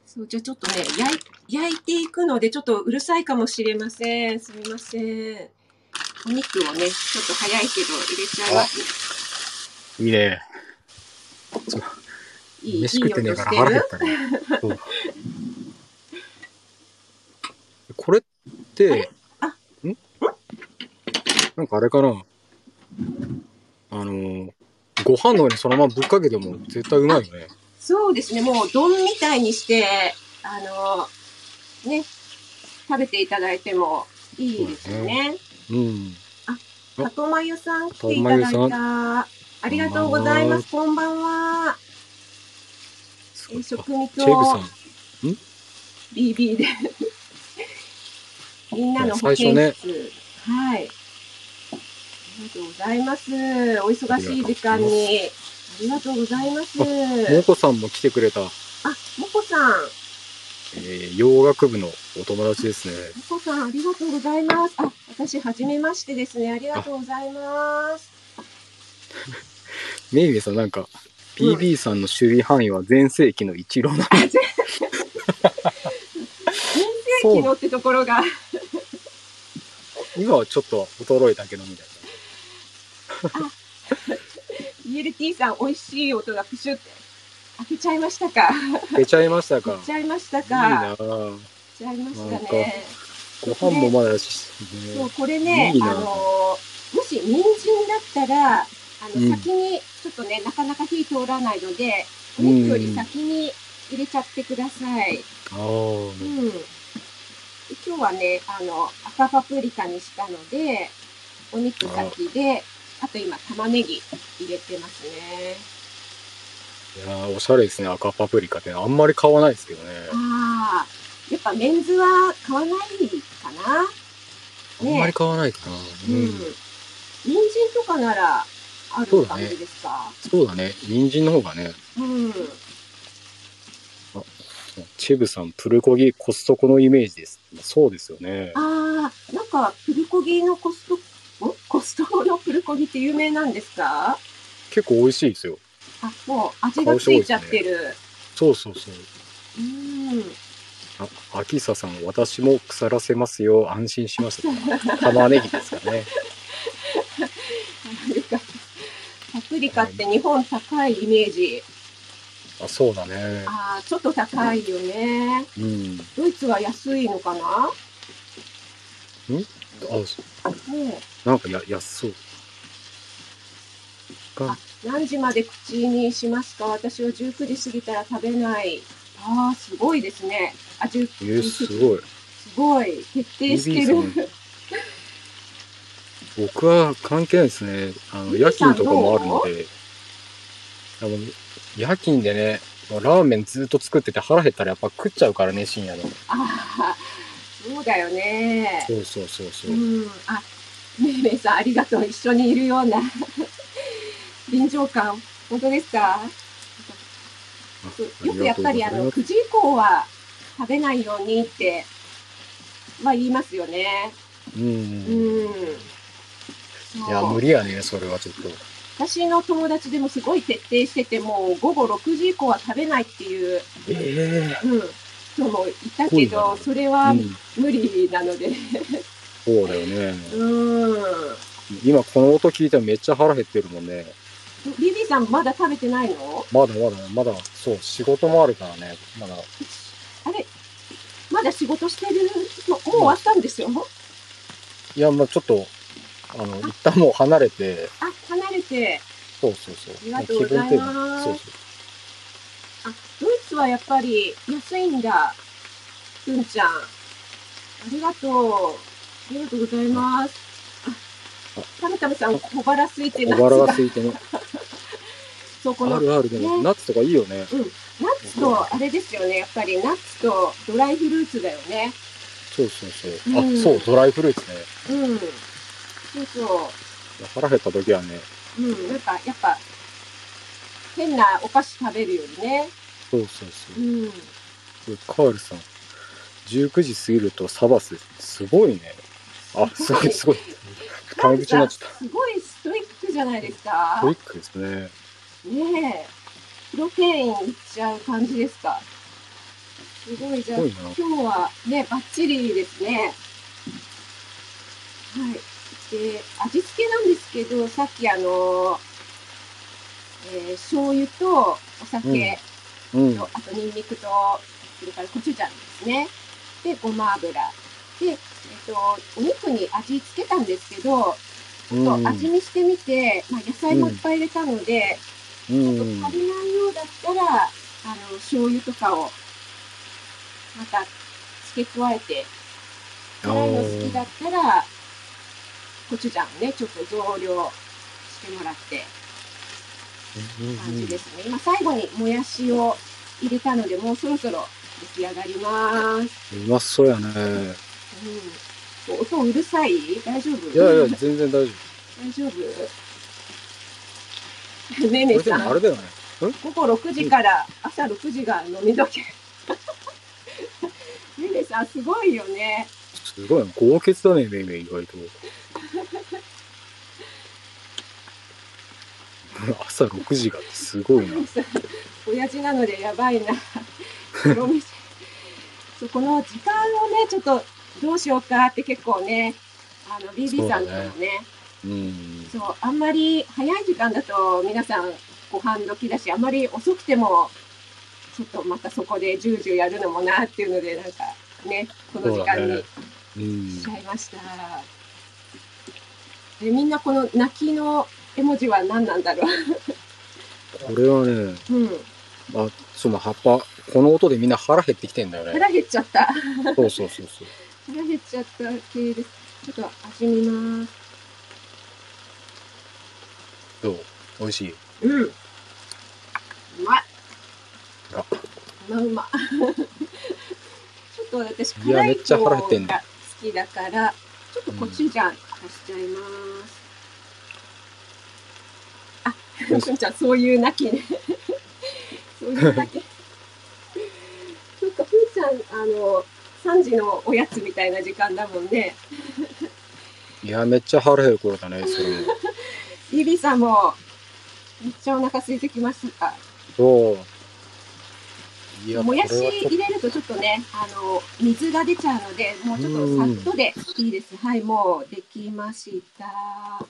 S1: そう、じゃあちょっとね、焼い焼いていくので、ちょっとうるさいかもしれません。すみません。お肉をね、ちょっと早いけど入れちゃいます。
S2: いいね。
S1: いい、いい
S2: 飯食ってねえから
S1: 音
S2: 腹減
S1: し
S2: ったね。そうて、
S1: あ
S2: んなんかあれかなあのー、ご飯の上にそのままぶっかけても絶対うまいよね。
S1: そうですね、もう丼みたいにして、あの、ね、食べていただいてもいいですよね。
S2: うん。うん
S1: 里まゆさん来ていただい
S2: 里真由
S1: た。ありがとうございます。こんばんは。
S2: す
S1: え
S2: ご
S1: ー
S2: いあチェ
S1: 食肉
S2: イブさ
S1: を
S2: ん。
S1: BB で。 みんなの保健室。
S2: ね
S1: はい。ありがとうございます。お忙しい時間に。ありがとうございます。
S2: もこさんも来てくれた、
S1: あ、もこさん。
S2: えー洋楽部のお友達ですね。
S1: もこさん、ありがとうございます。あ、私、はじめましてですね。ありがとうございます。
S2: メイウェイさんなんか、
S1: うん
S2: PB さんの守備範囲は全盛期の一郎なの。
S1: 昨日ってところが、
S2: 今はちょっと衰えたけどみたい
S1: ELT さん、美味しい音がプシュって。開けちゃいましたか。
S2: な。出ちゃいましたか。
S1: 開けちゃいました
S2: いいな
S1: か。
S2: あご
S1: 開けちゃいました
S2: なんか
S1: ね。
S2: 飯もまだだし、
S1: そ
S2: ね
S1: う、これね、
S2: いいな
S1: あのー、もし人参だったら、あの、
S2: うん
S1: 先に、ちょっとね、なかなか火通らないので、お肉より先に入れちゃってください。
S2: あ
S1: う
S2: ー
S1: ん。で今日はね、あの、赤パプリカにしたので、お肉先で、あと今、玉ねぎ入れてますね。
S2: いやーおしゃれですね赤パプリカってあんまり買わないですけどね
S1: ああ、やっぱメンズは買わないかな。
S2: あんまり買わないかな、
S1: う。
S2: うんん
S1: 人参とかなら、あ
S2: そ
S1: る
S2: うだ
S1: 感
S2: ね
S1: じですか
S2: そうだね人参の方がね
S1: うん。
S2: チェブさんプルコギコストコのイメージですそうですよね
S1: ああ、なんか、プルコギのコスト、んコストコのプルコギって有名なんですか
S2: 結構美味しいですよ
S1: あ、もう味がついちゃってる。
S2: そうそうそう
S1: うん。
S2: あ秋久さん私も腐らせますよ安心しました玉ねぎですかね
S1: なんかパプリカって日本高いイメージ。
S2: あそうだね
S1: ああ、ちょっと高いよね。
S2: うん
S1: ドイツは安いのかな
S2: あそ
S1: ね
S2: うなんかや安そうが
S1: え何時まで口にしますか私は19時過ぎたら食べない。ああ、すごいですね。あ、19
S2: え
S1: 時。
S2: ー、すごい
S1: すごい。徹底してる。
S2: BB さん僕は関係ないですね。あの、夜勤とかもあるので、あの夜勤でね、もうラーメンずっと作ってて腹減ったらやっぱ食っちゃうからね、深夜の。
S1: ああ、そうだよね。
S2: そうそうそうそうう。
S1: ん、あ、めいめいさん、ありがとう。一緒にいるような臨場感。本当ですか
S2: あ
S1: よくやっぱりあ
S2: あ
S1: の、
S2: がとうご
S1: 9時
S2: ざいます
S1: 以降は食べないようにって、は言いますよね。
S2: うん
S1: うん。
S2: うん。いや、
S1: そう
S2: 無理やね、それはちょっと。
S1: 私の友達でもすごい徹底してて、もう午後6時以降は食べないっていう、
S2: ええ
S1: うん、人もいた
S2: すご
S1: け
S2: いな
S1: ど、それは
S2: うん。
S1: 無理なので。
S2: そうだよね。
S1: うん。
S2: 今この音聞いてもめっちゃ腹減ってるもんね。
S1: リリーさんまだ食べてないの
S2: まだまだ、まだ、そう、仕事もあるからね。まだ、
S1: あれまだ仕事してるのもう終わったんですよ。
S2: いや、まあちょっと、あの、一旦もう離れて、
S1: あ、離れて。
S2: そうそうそう。
S1: ありがとうございます
S2: そうそう。
S1: あ、ドイツはやっぱり安いんだ。うんちゃん。ありがとう。ありがとうございます。あタムタムさん、小腹空いてナ
S2: 小腹
S1: ッツ
S2: が
S1: が、
S2: 空いてね。
S1: そう、こ
S2: あ
S1: のナッ
S2: るあるでも、
S1: ね
S2: ナッツとかいいよね。
S1: ツと、あれですよね、やっぱりナッツとドライフルーツだよね。
S2: そうそうそう。
S1: うん
S2: あ、そう、ドライフルーツね。
S1: うん。そうそ
S2: 腹減った時はね、
S1: う。うん、なんか、やっぱ、変なお菓子食べるよりね。
S2: そうそうそうう。
S1: ん。
S2: カールさん、19時過ぎるとサバス。すごいね。あ、すごいすごい。タメ口になっちゃっ
S1: すごいストイックじゃないですか
S2: た。トイ。ックですね。
S1: ねえ。プロテインいっちゃう感じですか。すごいじ
S2: す
S1: ゃあ
S2: ごいな。
S1: 今日はね、バッチリですね。はい。で、味付けなんですけど、さっきあの、えー醤油とお酒
S2: うん。
S1: と、あとニンニクと、それからコチュジャンですね。で、ごま油。で、えっと、お肉に味付けたんですけど、
S2: う
S1: ちょっ
S2: ん。
S1: と味見してみて、まあ、野菜もいっぱい入れたので、
S2: うん
S1: ちょっと足りないようだったら、あの、醤油とかを、また付け加えて、辛いの好きだったら、コチュジャンをね、ちょっと増量してもらって、
S2: うんうん
S1: 感じですね。今、最後にもやしを入れたので、もうそろそろ出来上がります。
S2: うまそうやね。
S1: うん。音うるさい大丈夫
S2: いやいや、全然大丈
S1: 大丈夫 ねえね
S2: 夫。
S1: え
S2: これで
S1: さん
S2: もあ。れだよね。
S1: 午後6時から朝6時が飲み時。ねねさん、す ごいよね。
S2: すごいな。豪傑だね、めいめい、意外と。 朝6時がってすごいな。
S1: 親父なのでやばいな。黒飯そうこの時間をね、ちょっとどうしようかって結構ね、あの、BB さんとかもね、
S2: うん。
S1: そう、あんまり早い時間だと皆さんご飯時だし、あんまり遅くても、ちょっとまたそこでジュージューやるのもなっていうので、なんかね、この時間
S2: そうだ
S1: に
S2: ねうん
S1: しちゃいました。でみんなこの泣きの絵文字は何なんだろ
S2: これはね、
S1: う。うん。
S2: あ、その葉っぱ、この音でみんな腹減ってきてん だよね。
S1: 腹減っちゃった。
S2: そうそうそうそう。
S1: 腹減っちゃった系です。ちょっと味見ます。
S2: どう美味しい。
S1: うん。うまい。
S2: あ
S1: うまうま。ちょっと私、
S2: いや
S1: 辛い
S2: めっちゃ
S1: 方
S2: 腹
S1: が
S2: 減
S1: 好
S2: ってんだ
S1: きだから、ちょっとコチュジャン足しちゃいます。
S2: よ
S1: あ、
S2: し
S1: くんちゃん、そういう泣きね。 そういう泣き。 そっか、ふーちゃん、あの、3時のおやつみたいな時間だもんね。
S2: いや、めっちゃ腹減る頃だね、それも。
S1: リリさんも、めっちゃお腹空いてきました。
S2: そう。いや、
S1: もや
S2: こ
S1: し
S2: れはちょっ
S1: 入れるとちょっとね、あの、水が出ちゃうので、もうちょっとさっとでいいです。はい、もうできました。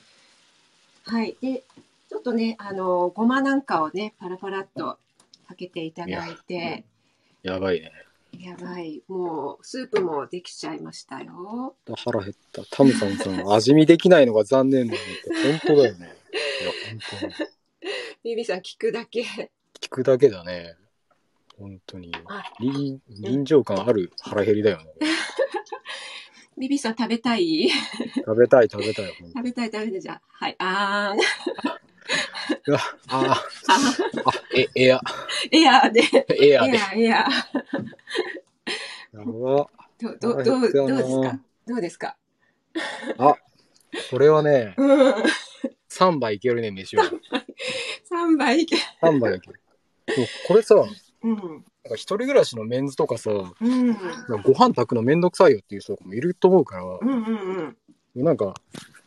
S1: はい。で、ちょっとね、あの、ごまなんかをね、パラパラっとかけていただいて、
S2: とやばいね。
S1: やばい。もう、スープもできちゃいましたよ。
S2: 腹減った。タムさんさん、味見できないのが残念だねって。本当だよね。いや、本当に。
S1: ビビさん、聞くだけ。
S2: 聞くだけだね。本当に
S1: あ。
S2: 臨臨場感ある腹減りだよね。
S1: ビビさん、食べたい
S2: 食べたい食べたい。本
S1: 食べたい、食べたい。じゃあ、はい。あー ん。
S2: 当にうわ あ
S1: あ
S2: ーあ、え、エア、
S1: ーエアーで。エ
S2: エ
S1: ア
S2: アで。や
S1: ー、エアー。
S2: ば。
S1: どう、どう、どう、どうですかどうですか
S2: これはね、
S1: うん。
S2: 3杯いけるね、飯は。
S1: 3杯いけ。
S2: 3杯いける。でもこれさ、なんか
S1: うん。
S2: 一人暮らしのメンズとかさ、なんか
S1: うん。
S2: ご飯炊くのめんどくさいよっていう人とかもいると思うから、
S1: うんうんうん。
S2: なんか、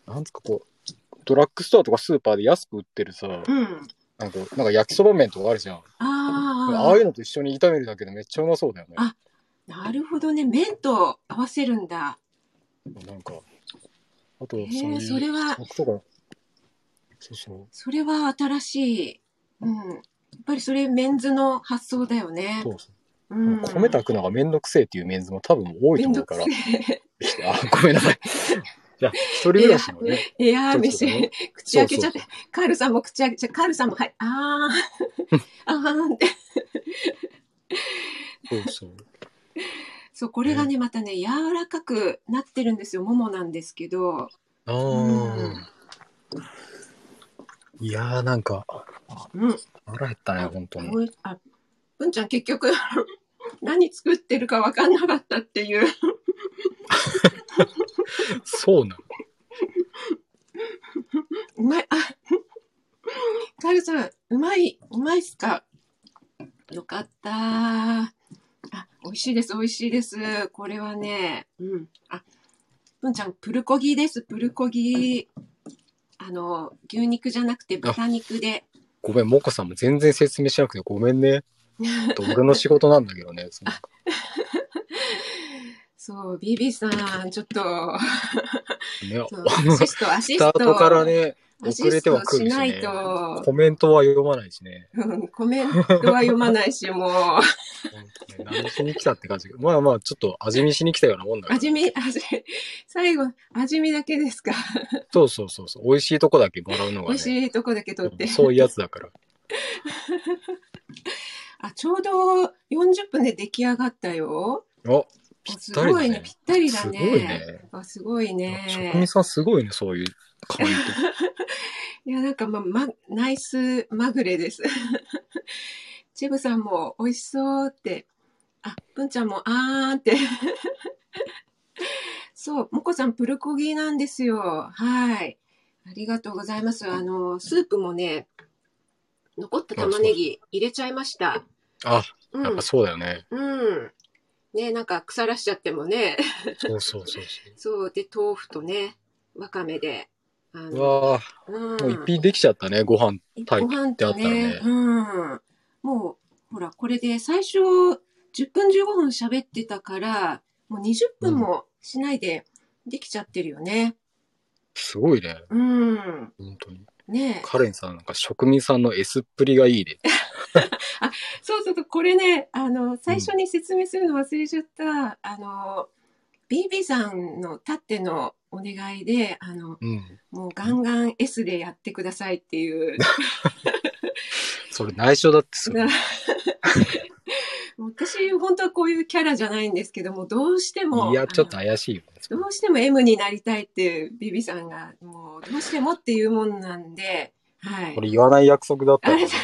S2: なんつうかこう、ドラッグストアとかスーパーで安く売ってるさ、
S1: うん。
S2: なんか、なんか焼きそば麺とかあるじゃん。あ
S1: あ
S2: あいう
S1: あ。
S2: のと一緒に炒めるだけでめっちゃうまそうだよね。
S1: あなるほどね。麺と合わせるんだ。
S2: なんか、あと、
S1: へ
S2: そうい
S1: え、
S2: う、
S1: それは、
S2: 僕とか、そうそ
S1: それは新しい。うん。やっぱりそれメンズの発想だよね
S2: う、そ。うそうう。
S1: ん。
S2: 米炊くのがめんどくせえっていうメンズも多分多
S1: め
S2: いと
S1: ん
S2: 思
S1: ど
S2: うか
S1: く
S2: ら。
S1: せ
S2: あ、ごめんなさい。じゃあ、一人暮らしのね、
S1: え。エアー
S2: そうそう
S1: 飯。 口開けちゃって。カールさんも口開けちゃカールさんも、はい。あ あ。ああ。って。
S2: そうそう。
S1: そう、これがね、またね、柔らかくなってるんですよ。ももなんですけど。
S2: ああ、いやー、なんか、
S1: うん。
S2: 腹減ったね、本当に。
S1: おいあ、文ちゃん結局 何作ってるか分かんなかったっていう。
S2: そうな
S1: うまい。あ、カエルさん、うまい、うまいっすかよかった。あ、美味しいです、美味しいです。これはね、うん。あ、文ちゃん、プルコギです、プルコギ。あの、牛肉じゃなくて豚肉で。
S2: ごめん、モコさんも全然説明しなくてごめんね。俺の仕事なんだけ どね。その
S1: そう、 ビビさん、ちょっと、
S2: ね
S1: そうアシスト、アシ
S2: ス
S1: スト。
S2: タートからね、
S1: アシ
S2: 遅れ
S1: ス
S2: て
S1: ト
S2: は来
S1: し
S2: るし
S1: な
S2: ね
S1: いと、
S2: コメントは読まないしね。
S1: うんコメントは読まないし、 もう、
S2: うん何しに来たって感じ。まあまあ、ちょっと味見しに来たようなもんだから。
S1: 味見、味、最後、味見だけですか。
S2: そうそうそうそう。美味しいとこだけもらうの
S1: 美
S2: が
S1: 味し
S2: ね。
S1: いとこだけ取って。
S2: そういうやつだから。
S1: あ、ちょうど40分で出来上がったよ。
S2: あ、ぴ
S1: あ
S2: っ
S1: す
S2: たり
S1: ご
S2: だ
S1: いね、
S2: ね
S1: ぴ。ったりだ
S2: すご
S1: ね。
S2: いね。
S1: あすごい
S2: 職人
S1: ね。
S2: さんすごいね、そういう感じ。
S1: いや、なんか、まあ、ま、ナイスまぐれです。 チブさんも美味しそうって。あ、文ちゃんもあーって。 そう、もこさんプルコギなんですよ。はい。ありがとうございます。あの、スープもね、残った玉ねぎ入れちゃいました。
S2: あ、
S1: う
S2: やっ
S1: ん
S2: ぱ。そうだよね。
S1: うん。ね、なんか腐らしちゃってもね。
S2: そうそうそうそ
S1: そう。で、豆腐とね、わかめで。あ
S2: う。う
S1: の
S2: わあ、
S1: うん
S2: もう一品できちゃったね、ご飯。タイ
S1: ご飯とね
S2: ってあった
S1: うん。もう、ほら、これで最初、10分15分喋ってたから、もう20分もしないでできちゃってるよね。
S2: すごいね。
S1: うん。
S2: 本当に。
S1: ねえ
S2: カレンさんなんか職人さんの S っぷりがいいで。
S1: そうそうそう、これね、あの、最初に説明するの忘れちゃった、あの、BB さんのたってのお願いで、あの、
S2: うん。
S1: もうガンガン S でやってくださいっていう。
S2: それ内緒だってすごい。
S1: 私、本当はこういうキャラじゃないんですけども、どうしても。
S2: いや、ちょっと
S1: あ
S2: 怪しいよね。
S1: のどうしても M になりたいっていうビビさんが、もうどうしてもっていうもんなんで、はい
S2: こ。れ言わない約束だった
S1: あ
S2: の
S1: れ
S2: に
S1: だ。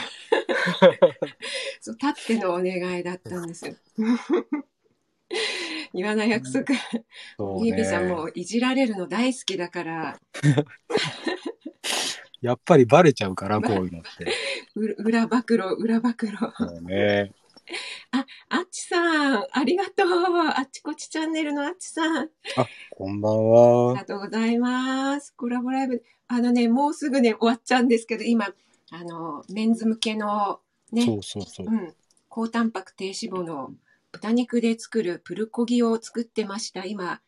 S1: そう、立ってのお願いだったん ですよ。言わない約束。
S2: そう
S1: ビビさん
S2: ね。
S1: もいじられるの大好きだから、
S2: やっぱりバレちゃうから、こういうのって。
S1: う裏暴露、裏暴露。
S2: そうね。
S1: あっちさん、ありがとう。あっちこっちチャンネルのあっちさん。
S2: こんば
S1: あ
S2: ん
S1: り
S2: は。
S1: がとうございます。コラボライブ。あのね、もうすぐね、終わっちゃうんですけど、今、あの、メンズ向けの、ね、
S2: そうそうそう。
S1: うん、高タンパク低脂肪の豚肉で作るプルコギを作ってました。今、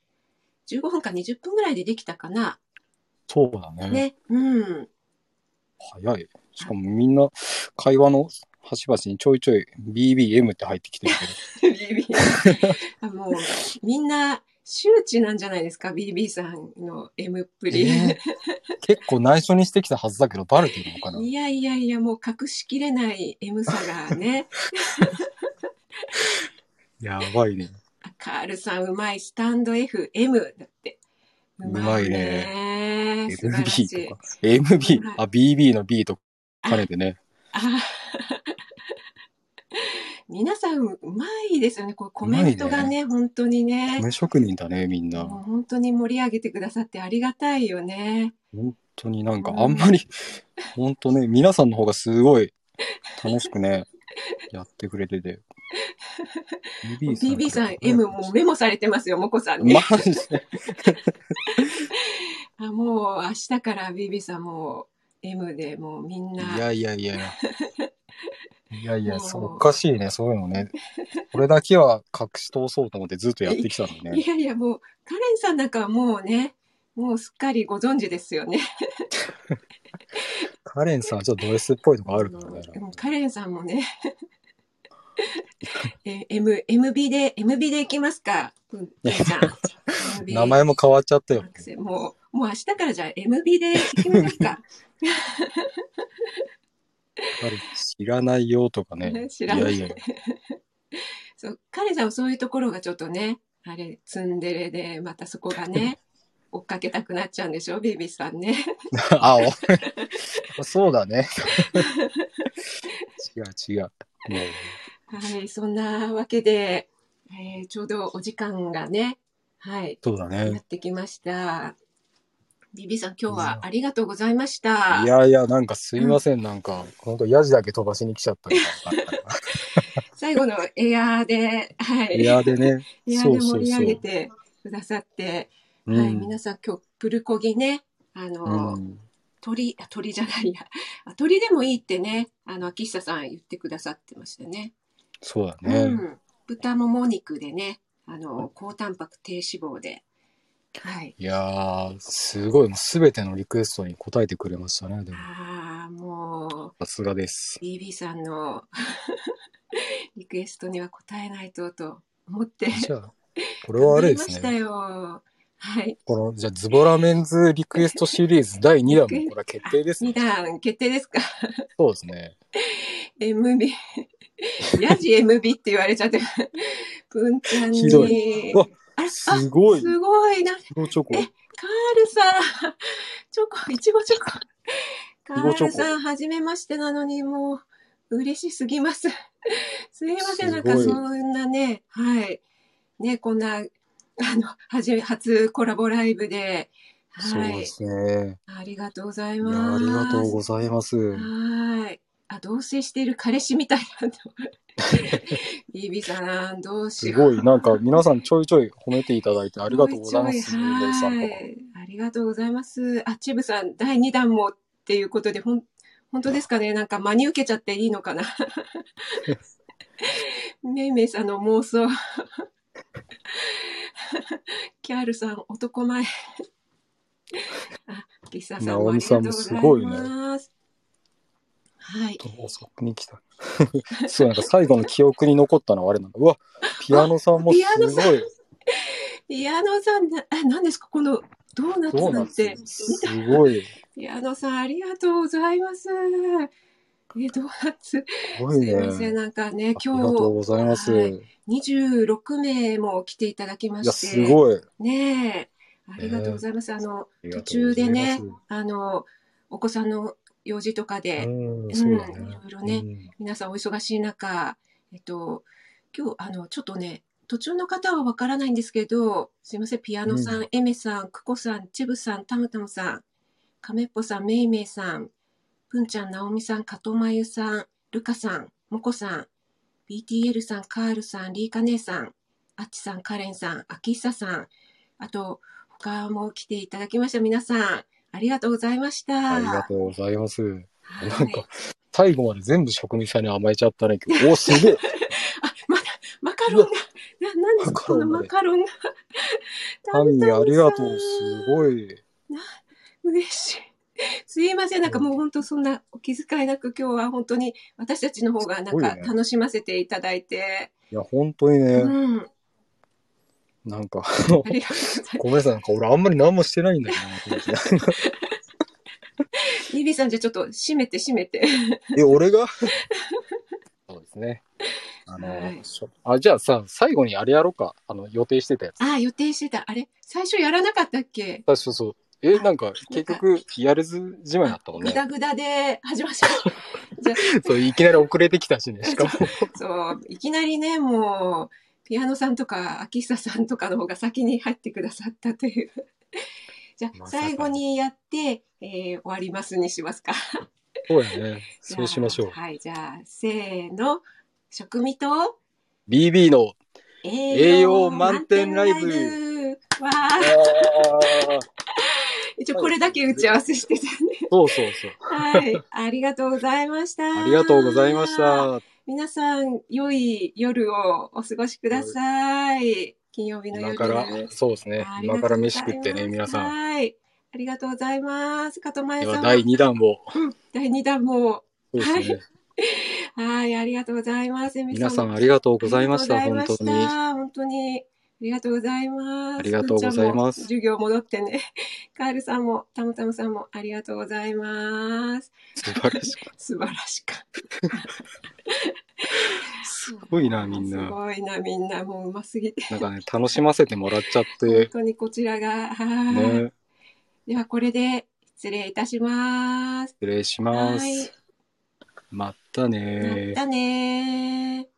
S1: 15分か20分ぐらいでできたかな。
S2: そうだね。
S1: ね、うん。
S2: 早い。しかもみんな会話の端々にちょいちょい BBM って入ってきてる けど。
S1: BB。あ もう、みんな、周知なんじゃないですか、BB さんの M っぷり。
S2: えー結構内緒にしてきたはずだけど、バレてるのかな。
S1: いやいやいや、もう隠しきれない M さがね。
S2: やばいね。
S1: あカールさん、うまい。スタンド FM だって。うまいね。素晴らし
S2: MB
S1: い
S2: と。か。MB、あ、BB の B と兼ねてね。
S1: あ皆さん、うまいですよね。こうコメントがね、本当にね。
S2: 米職人だね、みんな。
S1: もう
S2: 本
S1: 本当に盛り上げてくださってありがたいよね。
S2: 当になんかあんまり、本当ね、皆さんの方がすごい楽しくね、やってくれて て。
S1: BB さん、M もうメモされてますよ、もこさんに。
S2: マジで。
S1: あもう明日から BB さんも M で、もうみん
S2: い
S1: な。
S2: やいやいやいや。いやいや、
S1: もう
S2: そうおかしいね、そういうのね。これだけは隠し通そうと思ってずっとやってきたのね
S1: い。やいや、もう、カレンさんなんかはもうね、もうすっかりご存知ですよね。
S2: カレンさん、ちょっとド S っぽいとこあるからね。
S1: うんカレンさんもね。 え、M、MB で、MB でいきますか。うん、ケンさん MB
S2: 名前も変わっちゃったよ。
S1: もう、もう明日からじゃあ MB でいきます か。
S2: カレン知らないよとか ね。
S1: 知らない
S2: いや いや。
S1: そう、カレンさんはそういうところがちょっとね、あれ、ツンデレで、またそこが ね、追っかけたくなっちゃうんでしょ、ビビさんね。
S2: あ、お そうだね。違う違う。も
S1: はい、そんなわけで、えーちょうどお時間がね、はい、
S2: う、そうだ
S1: や
S2: ね。
S1: ってきました。ビビさん、今日
S2: う
S1: は
S2: ん
S1: ありがとうございました。
S2: いやいや、なんかすいません、なんか、ほんと、ヤジだけ飛ばしに来ちゃったみたいなのが あったか
S1: 最後のエアーで、は
S2: ら。
S1: い、
S2: いやでね。
S1: エアーで盛り上げてくださって、
S2: う
S1: はい、
S2: ん。
S1: 皆さん今日プルコギね、あの、
S2: うん
S1: 鳥、あ鳥じゃないや、あ鳥でもいいってね、あの、秋下さん言ってくださってましたね。
S2: そうだ
S1: う
S2: ね。
S1: ん。豚もも肉でね、あの、高タンパク低脂肪で、はい。
S2: いやー、すごい、もうすべてのリクエストに答えてくれましたね、でも。
S1: ああ、も
S2: さすがです
S1: う、。BB さんの リクエストには答えないと、と思って。
S2: じゃあ、これはあれです
S1: 頑張
S2: ね。
S1: りましたよ。はい。
S2: この、じゃあ、ズボラメンズリクエストシリーズ第2弾も、これは決定です
S1: 二
S2: ね。
S1: 段決定ですか
S2: そうですね。
S1: ?MB。ヤ ジ MB って言われちゃって。くんちゃんに。
S2: ひどいわ
S1: あら、あ、
S2: すごい、
S1: すごいな。
S2: チョコチョコ。
S1: えカールさん、チョコ、いちごチョコ。カ
S2: いちごチ
S1: ー
S2: ョ
S1: ル
S2: コ
S1: さん、はじめましてなのに、もう、嬉しすぎます。すいません、
S2: す
S1: なん
S2: ごい
S1: かそんなね、はい。ね、こんな、あの、はじめ、初コラボライブで、
S2: そう
S1: は
S2: で
S1: い。
S2: すね。
S1: ありがとうござい
S2: いや
S1: ます。
S2: ー、ありがとうございます。
S1: はい。あ、同棲している彼氏みたいなの。ビビさん、どうし
S2: す
S1: よう。
S2: ごい、なんか皆さんちょいちょい褒めていただいてありがとうございます。
S1: もう
S2: レイ
S1: 一
S2: さ
S1: 枚
S2: んと
S1: は
S2: か
S1: い。ありがとうございます。あ、チブさん、第2弾もっていうことで、ほん、本当ですかねなんか真に受けちゃっていいの かなめいめいさんの妄想。キャールさん、男前。あ、リサさんもありがとうございます。
S2: ナオミさんも
S1: はい。
S2: と遅くに来た。 そう、なんか最後の記憶に残ったのはあれなんだ。うわ、ピアノさんもす
S1: あピアノ
S2: ごい、
S1: 矢野さん、な、あ、何ですかこのドーナツ
S2: どう
S1: な
S2: なんんで
S1: て。
S2: すすごい、す
S1: 矢野さん、ありがとうございます。え、ドーナツ。
S2: ごい
S1: す
S2: ね。
S1: い
S2: あ
S1: ません、
S2: り
S1: なんかね、今
S2: がとうございます。
S1: はい
S2: い
S1: 日26名も来ていただきま
S2: や、
S1: して、
S2: すごい。
S1: ねえ、ありがとうございます。あの、
S2: あり
S1: 途
S2: がとう
S1: 中
S2: ござ
S1: で
S2: いま
S1: ね
S2: す。、
S1: あの、お子さんの用事とかで、
S2: うん、そうだね。
S1: うんいろいろね
S2: うん
S1: 皆さんお忙しい中、えっと、今日、あの、ちょっとね、途中の方はわからないんですけど、すいません、ピアノさん、
S2: う
S1: エメさん、クコさん、チェブさん、タムタムさん、カメッポさん、メイメイさん、プンちゃん、ナオミさん、カトマユさん、ルカさん、モコさん、BTL さん、カールさん、リーカ姉さん、アッチさん、カレンさん、アキッサさん、あと、他も来ていただきました。皆さん、ありがとうございました。
S2: ありがとうございます。
S1: はい
S2: なんか、最後まで全部職人さんに甘えちゃったね、今日。お、す げえ
S1: あ、まだ、マカロンが、な、なんですか、
S2: マカ
S1: こ
S2: ロ
S1: の
S2: ンが
S1: マカロンが。
S2: タミーありがとう。す
S1: い。
S2: ごい。
S1: 嬉しい。すいません、なんかもう本当そんなお気遣いなく今日は本当に私たちの方がなんか
S2: すごいね
S1: 楽しませていただいて、
S2: いや、本当にね、
S1: うん、
S2: なんか、
S1: ありがとうございま
S2: ごめんなさい、なんか俺あんまり何もしてないんだよな、この時
S1: す。リビーさんじゃあちょっと閉めて閉めて。
S2: え、俺が そうですね。あの、
S1: はい
S2: しょあ、じゃあさ、最後にあれやろうか。あの、予定してたやつ。
S1: ああ、予定してた。あれ最初やらなかったっけ
S2: あそうそう。え、なんか、結局、やれずじまいだったもん
S1: ぐ
S2: ね。
S1: だぐだで始まっちゃった。じゃあ
S2: そう、いきなり遅れてきた しね。しかも、
S1: そう、いきなりね、もう、ピアノさんとか、秋久さんとかの方が先に入ってくださったという。 じゃあ、
S2: まさか
S1: 最後にやって、えー終わりますにしますか。
S2: そうやね。そうしましょう
S1: じゃ。あはい、じゃあ、せーの、食味と
S2: BB の、
S1: 栄
S2: 養満点ライブ
S1: 満点ライブわ
S2: あ
S1: あ、
S2: ー
S1: 一応これだけ打ち合わせしてたね。
S2: そうそうそう。
S1: はい、ありがとうございました。
S2: ありがとうございまし。た。
S1: 皆さん、良い夜をお過ごしください。金曜日の夜
S2: 今から、そうですね。
S1: ありが
S2: 今
S1: とうご
S2: から
S1: ざいます
S2: 飯食ってね、皆さん。
S1: はい。ありがとうございます。加藤真
S2: で
S1: 由
S2: は、
S1: さんも。
S2: 第2弾を。
S1: うん第2弾も。
S2: そうですね。
S1: はい、ありがとうございます。エミ
S2: 皆さん
S1: も
S2: ありがとうございました。
S1: ありが
S2: 本
S1: と
S2: 当
S1: うござい
S2: に
S1: ま。した本当に。ありがとうございます。
S2: ありがとうございます
S1: くんちゃんも授業戻ってね。 カールさんも、たむたむさんもありがとうございます。
S2: 素晴らしい。
S1: 素晴らしかった。
S2: すごいな、みん
S1: す
S2: な。
S1: ごいな、みんな。もううますぎて。
S2: なんかね、楽しませてもらっちゃっ
S1: 本
S2: て、
S1: 当にこちらが。はい。
S2: ね、
S1: では、これで失礼いたします。
S2: 失礼し
S1: は
S2: ま
S1: い
S2: す。。またね
S1: またねー。